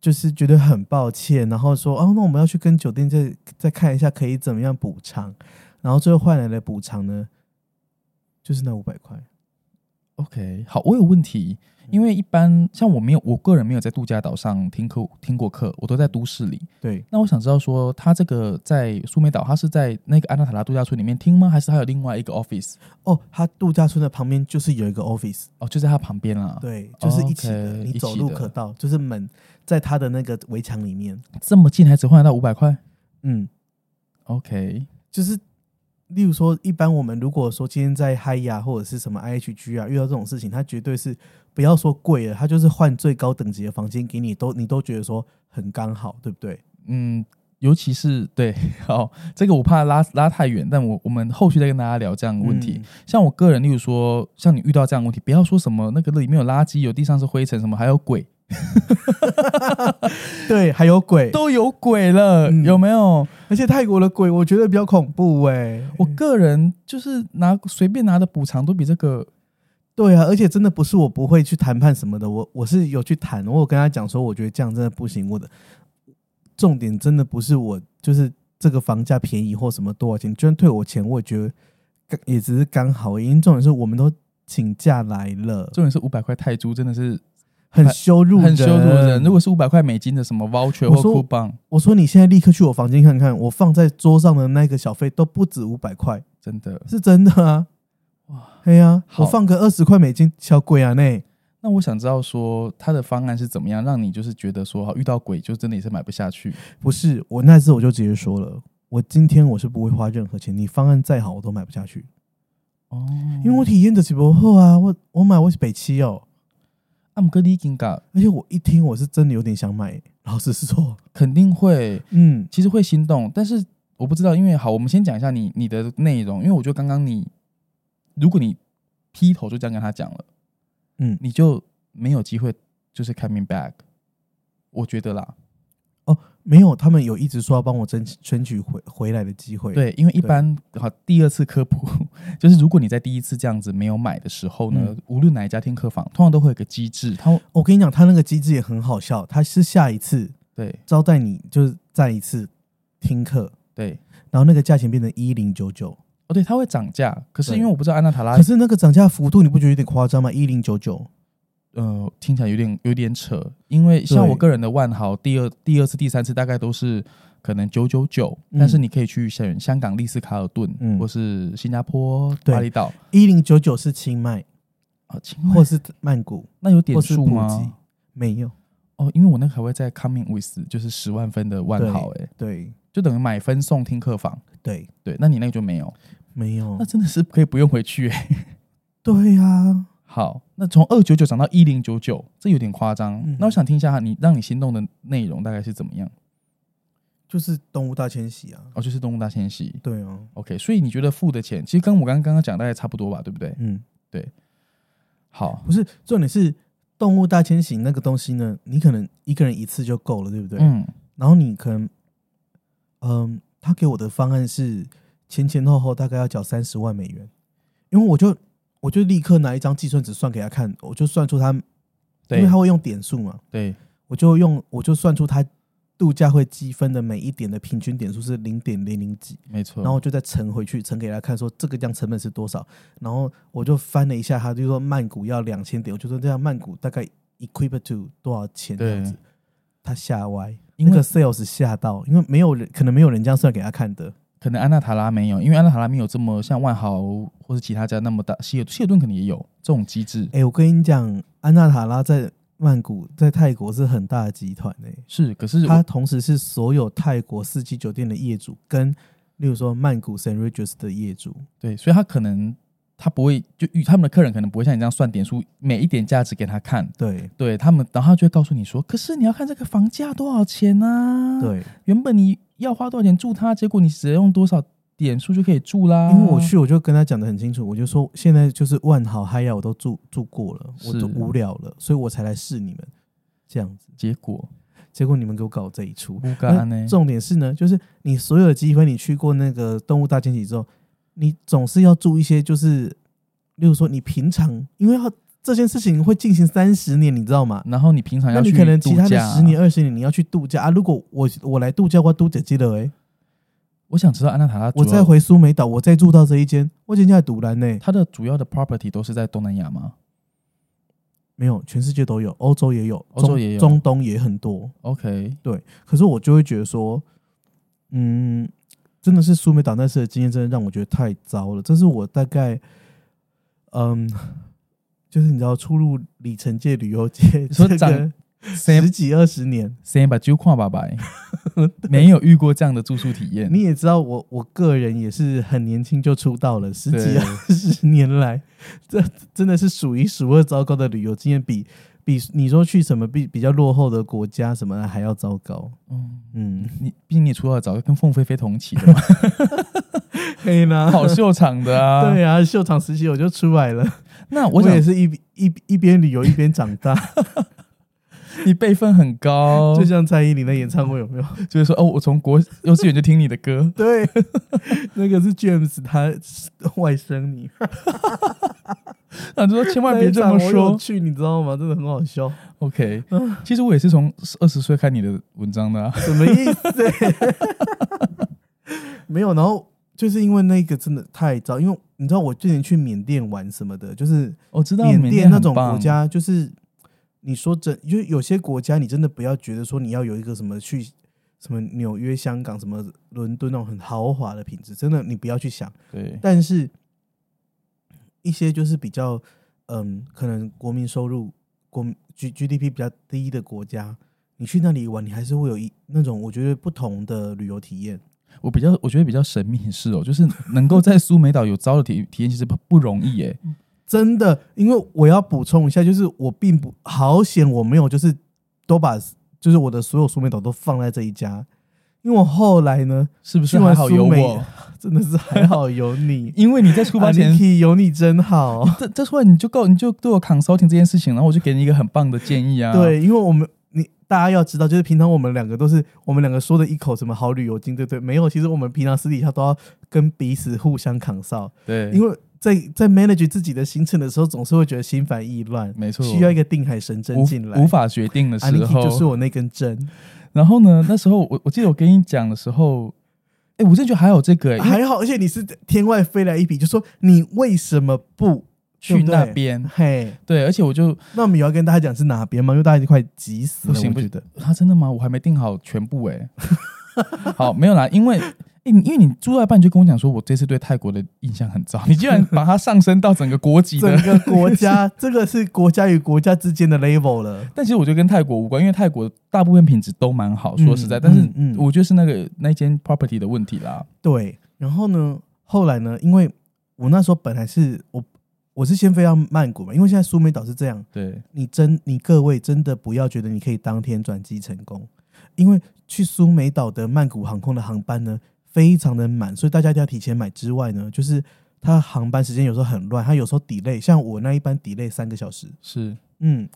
[SPEAKER 1] 就是觉得很抱歉，然后说哦，那我们要去跟酒店再再看一下可以怎么样补偿。然后最后换来的补偿呢，就是那五百块。
[SPEAKER 2] OK，好，我有问题，因为一般像我没有，我个人没有在度假岛上听课听过课，我都在都市里。
[SPEAKER 1] 对，
[SPEAKER 2] 那我想知道说，他这个在苏梅岛，他是在那个安娜塔拉度假村里面听吗？还是他有另外一个 office？
[SPEAKER 1] 哦，他度假村的旁边就是有一个 office，
[SPEAKER 2] 哦，就在他旁边啦。，
[SPEAKER 1] 对，就是一起的
[SPEAKER 2] OK，
[SPEAKER 1] 你走
[SPEAKER 2] 一起
[SPEAKER 1] 路
[SPEAKER 2] 的
[SPEAKER 1] 可到，就是门在他的那个围墙里面。
[SPEAKER 2] 这么近还只换得到五百块
[SPEAKER 1] 嗯，
[SPEAKER 2] ？OK，
[SPEAKER 1] 就是例如说，一般我们如果说今天在嗨呀或者是什么 IHG 啊遇到这种事情，他绝对是不要说贵了，他就是换最高等级的房间给你，都你都觉得说很刚好，对不对？
[SPEAKER 2] 嗯，尤其是对， [LAUGHS] 好，这个我怕拉拉太远，但我我们后续再跟大家聊这样的问题。
[SPEAKER 1] 嗯
[SPEAKER 2] 像我个人，例如说，像你遇到这样的问题，不要说什么那个里面有垃圾、有地上是灰尘什么，还有鬼，
[SPEAKER 1] 嗯对，还有鬼，
[SPEAKER 2] [LAUGHS] 都有鬼了，
[SPEAKER 1] 嗯
[SPEAKER 2] 有没有？
[SPEAKER 1] 而且泰国的鬼我觉得比较恐怖哎、
[SPEAKER 2] 我个人就是拿随便拿的补偿都比这个
[SPEAKER 1] 对啊，而且真的不是我不会去谈判什么的，我我是有去谈，我有跟他讲说，我觉得这样真的不行，我的重点真的不是我就是这个房价便宜或什么多少钱，就算退我钱，我也觉得刚也只是刚好而已，因为重点是我们都请假来了，
[SPEAKER 2] 重点是五百块泰铢，真的是
[SPEAKER 1] 很羞辱，
[SPEAKER 2] 很羞辱人。如。果是五百块美金的什么 voucher
[SPEAKER 1] 我
[SPEAKER 2] 或
[SPEAKER 1] 说
[SPEAKER 2] coupon，
[SPEAKER 1] 我说你现在立刻去我房间看看，我放在桌上的那个小费都不止五百块，
[SPEAKER 2] 真的
[SPEAKER 1] 是真的啊！
[SPEAKER 2] 哇。
[SPEAKER 1] 哎呀、
[SPEAKER 2] 好
[SPEAKER 1] 我放个二十块美金，小鬼啊那。
[SPEAKER 2] 那我想知道说他的方案是怎么样，让你就是觉得说好遇到鬼就真的也是买不下去。
[SPEAKER 1] 不是，我那次我就直接说了，我今天我是不会花任何钱，你方案再好我都买不下去，
[SPEAKER 2] 哦，
[SPEAKER 1] 因为我体验得起不后啊，我我买我是北七哦，
[SPEAKER 2] 阿姆哥你已经噶
[SPEAKER 1] 而且我一听我是真的有点想买，老实说，
[SPEAKER 2] 肯定会，
[SPEAKER 1] 嗯，
[SPEAKER 2] 其实会心动，但是我不知道，因为好，我们先讲一下你你的内容，因为我觉得刚刚你，如果你劈头就这样跟他讲了，
[SPEAKER 1] 嗯
[SPEAKER 2] 你就没有机会就是 coming back，我觉得啦，
[SPEAKER 1] 没有，他们有一直说要帮我争取争取回回来的机会，，
[SPEAKER 2] 对，因为一般好第二次科普 [LAUGHS] 就是如果你在第一次这样子没有买的时候呢，
[SPEAKER 1] 嗯
[SPEAKER 2] 无论哪一家听客房，通常都会有一个机制，他
[SPEAKER 1] 我跟你讲，他那个机制也很好笑，他是下一次
[SPEAKER 2] 对
[SPEAKER 1] 招待你，就是再一次听课，
[SPEAKER 2] 对，
[SPEAKER 1] 然后那个价钱变成一零九九，
[SPEAKER 2] 哦对，它会涨价，可是
[SPEAKER 1] 对
[SPEAKER 2] 因为我不知道安娜塔拉
[SPEAKER 1] 可，是那个涨价幅度你不觉得有点夸张吗？一零九九，
[SPEAKER 2] 呃，听起来有点有点扯，因为像
[SPEAKER 1] 对
[SPEAKER 2] 我个人的万豪第二第二次、第三次大概都是可能九九九，
[SPEAKER 1] 嗯
[SPEAKER 2] 但是你可以去选香港丽思卡尔顿，
[SPEAKER 1] 嗯
[SPEAKER 2] 或是新加坡
[SPEAKER 1] 对
[SPEAKER 2] 巴厘岛
[SPEAKER 1] 一零九九是清迈
[SPEAKER 2] 啊，请
[SPEAKER 1] 或
[SPEAKER 2] 问
[SPEAKER 1] 是曼谷
[SPEAKER 2] 那有点
[SPEAKER 1] 或是
[SPEAKER 2] 数
[SPEAKER 1] 普吉
[SPEAKER 2] 吗？，
[SPEAKER 1] 没有，
[SPEAKER 2] 哦，因为我那个还会再 coming with 就是十万分的万豪、欸，
[SPEAKER 1] 对
[SPEAKER 2] 就等于买分送听客房。
[SPEAKER 1] 对，
[SPEAKER 2] 对，那你那个就没
[SPEAKER 1] 哦
[SPEAKER 2] 有，
[SPEAKER 1] 没有
[SPEAKER 2] 那，真的是可以不用回去、欸。
[SPEAKER 1] 对啊呀，
[SPEAKER 2] 好，那从二九九涨到一零九九，这有点夸张。
[SPEAKER 1] 嗯
[SPEAKER 2] 那我想听一下你让你心动的内容大概是怎么样？
[SPEAKER 1] 就是东吴大迁徙啊，
[SPEAKER 2] 哦，就是动物大迁徙。
[SPEAKER 1] 对啊，
[SPEAKER 2] OK，所以你觉得付的钱其实跟我刚刚刚讲大概差不多吧，对不对？
[SPEAKER 1] 嗯，
[SPEAKER 2] 好，
[SPEAKER 1] 不是，重点是动物大迁徙那个东西呢，你可能一个人一次就够了，对不对？
[SPEAKER 2] 嗯，
[SPEAKER 1] 然后你可能，嗯，他给我的方案是前前后后大概要缴三十万美元，因为我就我就立刻拿一张计算纸算给他看，我就算出他，因
[SPEAKER 2] 对
[SPEAKER 1] 为他会用点数嘛，
[SPEAKER 2] 对，
[SPEAKER 1] 我就用我就算出他度假会积分的每一点的平均点数是零点零零几，
[SPEAKER 2] 没错。
[SPEAKER 1] 然后我就再乘回去，乘给他看说这个这样成本是多少，然后我就翻了一下，他就说曼谷要两千点，我就说这样曼谷大概 equip to 多少钱这样
[SPEAKER 2] 对
[SPEAKER 1] 子，他吓歪，
[SPEAKER 2] 因为
[SPEAKER 1] 那个 sales 吓到，因为没有人可能没有人这样算给他看的，
[SPEAKER 2] 可能安娜塔拉没有，因为安娜塔拉没有这么像万豪或是其他家那么大，希尔希尔顿可能也有这种机制。
[SPEAKER 1] 哎、我跟你讲，安娜塔拉在曼谷在泰国是很大的集团诶、
[SPEAKER 2] 是，可是
[SPEAKER 1] 它
[SPEAKER 2] 我
[SPEAKER 1] 同时是所有泰国四季酒店的业主，跟例如说曼谷 St. Regis 的业主，
[SPEAKER 2] 对，所以他可能他不会就与他们的客人可能不会像你这样算点数，每一点价值给他看。
[SPEAKER 1] 对
[SPEAKER 2] 对他们，然后他就会告诉你说：“可是你要看这个房价多少钱啊？，
[SPEAKER 1] 对，
[SPEAKER 2] 原本你要花多少钱住它，结果你只用多少点数就可以住啦。”
[SPEAKER 1] 因为我去，我就跟他讲的很清楚，我就说现在就是万豪、嗨呀，我都住住过了，我
[SPEAKER 2] 是
[SPEAKER 1] 都无聊了，所以我才来试你们这样子。
[SPEAKER 2] 结果
[SPEAKER 1] 结果你们给我搞这一出，
[SPEAKER 2] 不干呢
[SPEAKER 1] 那，重点是呢，就是你所有的积分，你去过那个动物大迁徙之后，你总是要住一些，就是例如说你平常，因为要这件事情会进行三十年，你知道吗？
[SPEAKER 2] 然后你平常
[SPEAKER 1] 那
[SPEAKER 2] 要
[SPEAKER 1] 你
[SPEAKER 2] 去
[SPEAKER 1] 可能其
[SPEAKER 2] 度
[SPEAKER 1] 他的
[SPEAKER 2] 假，啊
[SPEAKER 1] 十年、二十年你要去度假啊！如果我我来度假，我都姐记得
[SPEAKER 2] 啊
[SPEAKER 1] 哎，
[SPEAKER 2] 我想知道安娜塔拉主
[SPEAKER 1] 我
[SPEAKER 2] 要，
[SPEAKER 1] 再回苏梅岛，我再住到这一间，我今天在独兰呢，
[SPEAKER 2] 它的主要的 property 都是在东南亚吗
[SPEAKER 1] 没有，全世界都有，欧洲也有，
[SPEAKER 2] 欧洲
[SPEAKER 1] 中
[SPEAKER 2] 也有
[SPEAKER 1] 中东也很多。
[SPEAKER 2] ？OK，
[SPEAKER 1] 可是我就会觉得说，嗯，真的是苏梅岛那次的经验，真的让我觉得太糟了。这是我大概，嗯，就是你知道，出入里程界、旅游界，
[SPEAKER 2] 说
[SPEAKER 1] 这个
[SPEAKER 2] 长
[SPEAKER 1] 十几二十年，
[SPEAKER 2] 先把酒看爸爸，
[SPEAKER 1] [LAUGHS]
[SPEAKER 2] 没有遇过这样的住宿体验。
[SPEAKER 1] 你也知道我，我个人也是很年轻就出道了，十几啊
[SPEAKER 2] 对
[SPEAKER 1] 二十年来，这真的是数一数二糟糕的旅游经验，比比你说去什么比比较落后的国家什么的还要糟糕。
[SPEAKER 2] 嗯，
[SPEAKER 1] 嗯，
[SPEAKER 2] 你毕竟你出道早，跟凤飞飞同期的嘛，
[SPEAKER 1] [LAUGHS] 可以 [LAUGHS] 啦。
[SPEAKER 2] 好秀场的
[SPEAKER 1] [LAUGHS]
[SPEAKER 2] 啊。
[SPEAKER 1] 对啊，秀场实习我就出来了。
[SPEAKER 2] 那
[SPEAKER 1] 我
[SPEAKER 2] 我想
[SPEAKER 1] 也是一一一边旅游一边长大，
[SPEAKER 2] 你辈分很高，
[SPEAKER 1] 就
[SPEAKER 2] 就是
[SPEAKER 1] 像蔡依林的演唱会有没有？，
[SPEAKER 2] 就是说哦，我从国幼稚园就听你的歌 [LAUGHS]
[SPEAKER 1] 对， [LAUGHS] 那个是 James 他外甥 [LAUGHS] 女，
[SPEAKER 2] 那就说千万别这么
[SPEAKER 1] 那一场我有
[SPEAKER 2] 说。
[SPEAKER 1] 去你知道吗？真的很好笑，
[SPEAKER 2] OK，其
[SPEAKER 1] 嗯
[SPEAKER 2] 实我也是从二十岁看你的文章的啊。
[SPEAKER 1] 什么意思、 [LAUGHS] 没有，然后就是因为那个真的太糟，因为你知道我之前去缅甸玩什么的，就是
[SPEAKER 2] 我哦知道
[SPEAKER 1] 缅
[SPEAKER 2] 甸
[SPEAKER 1] 那
[SPEAKER 2] 很
[SPEAKER 1] 种国
[SPEAKER 2] 棒，
[SPEAKER 1] 家，就是你说真，就有些国家你真的不要觉得说你要有一个什么去什么纽约、香港、什么伦敦那种很豪华的品质，真的你不要去想。
[SPEAKER 2] 对
[SPEAKER 1] 但是一些就是比较嗯，可能国民收入国民 G G D P 比较低的国家，你去那里玩，你还是会有一那种我觉得不同的旅游体验。
[SPEAKER 2] 我比较我觉得比较神秘是哦，就是能够在苏梅岛有糟的体体验，其实不不容易耶。
[SPEAKER 1] 真的，因为我要补充一下，就是我并不好险，我没有就是都把就是我的所有苏梅岛都放在这一家，因为我后来呢，
[SPEAKER 2] 是不是
[SPEAKER 1] 去完
[SPEAKER 2] 还好有
[SPEAKER 1] 苏梅
[SPEAKER 2] 我？
[SPEAKER 1] 真的是还好有
[SPEAKER 2] [LAUGHS]
[SPEAKER 1] 你，
[SPEAKER 2] 因为你在出发前
[SPEAKER 1] Aniki，有啊你真好。
[SPEAKER 2] 这这出来你就够，你就对我 consulting 这件事情，然后我就给你一个很棒的建议啊。，
[SPEAKER 1] 对，因为我们你大家要知道，就是平常我们两个都是我们两个说的一口什么好旅游经，对不对？没有，其实我们平常私底下都要跟彼此互相扛哨，
[SPEAKER 2] 对，
[SPEAKER 1] 因为在在 manage 自己的行程的时候，总是会觉得心烦意乱，
[SPEAKER 2] 没错
[SPEAKER 1] 需要一个定海神针
[SPEAKER 2] 无
[SPEAKER 1] 进来。啊
[SPEAKER 2] 无法决定的时
[SPEAKER 1] 安妮 k
[SPEAKER 2] 候，
[SPEAKER 1] 就是我那根针，
[SPEAKER 2] 然后呢，那时候我我记得我跟你讲的时候，哎、我真的觉得还有这个、欸，因为
[SPEAKER 1] 还好，而且你是天外飞来一笔，就说你为什么不对
[SPEAKER 2] 去
[SPEAKER 1] 不对
[SPEAKER 2] 那边
[SPEAKER 1] 嘿，
[SPEAKER 2] 对，而且我就
[SPEAKER 1] 那我们也要跟大家讲是哪边吗？因为大家已经快急死了，
[SPEAKER 2] 不行
[SPEAKER 1] 我
[SPEAKER 2] 不
[SPEAKER 1] 觉
[SPEAKER 2] 行
[SPEAKER 1] 得。
[SPEAKER 2] 啊，真的吗？我还没定好全部哎、 [LAUGHS] 好，没有啦，因为。欸你因为你住到一半你就跟我讲说，我这次对泰国的印象很糟，你 [LAUGHS] 竟然把它上升到整个国籍的
[SPEAKER 1] 整个国家， [LAUGHS] 这个是国家与国家之间的 level 了。
[SPEAKER 2] [LAUGHS] 但其实我觉得跟泰国无关，因为泰国大部分品质都蛮好，
[SPEAKER 1] 嗯
[SPEAKER 2] 说实在，但是
[SPEAKER 1] 嗯嗯
[SPEAKER 2] 我觉得是那个那间 property 的问题啦。
[SPEAKER 1] 对，然后呢，后来呢，因为我那时候本来是我我是先飞到曼谷嘛，因为现在苏梅岛是这样，
[SPEAKER 2] 对，
[SPEAKER 1] 你真你各位真的不要觉得你可以当天转机成功，因为去苏梅岛的曼谷航空的航班呢非常的满，所以大家一定要提前买。之外呢，就是它航班时间有时候很乱，它有时候 delay，像我那一班 delay 三个小时，
[SPEAKER 2] 是，
[SPEAKER 1] 嗯，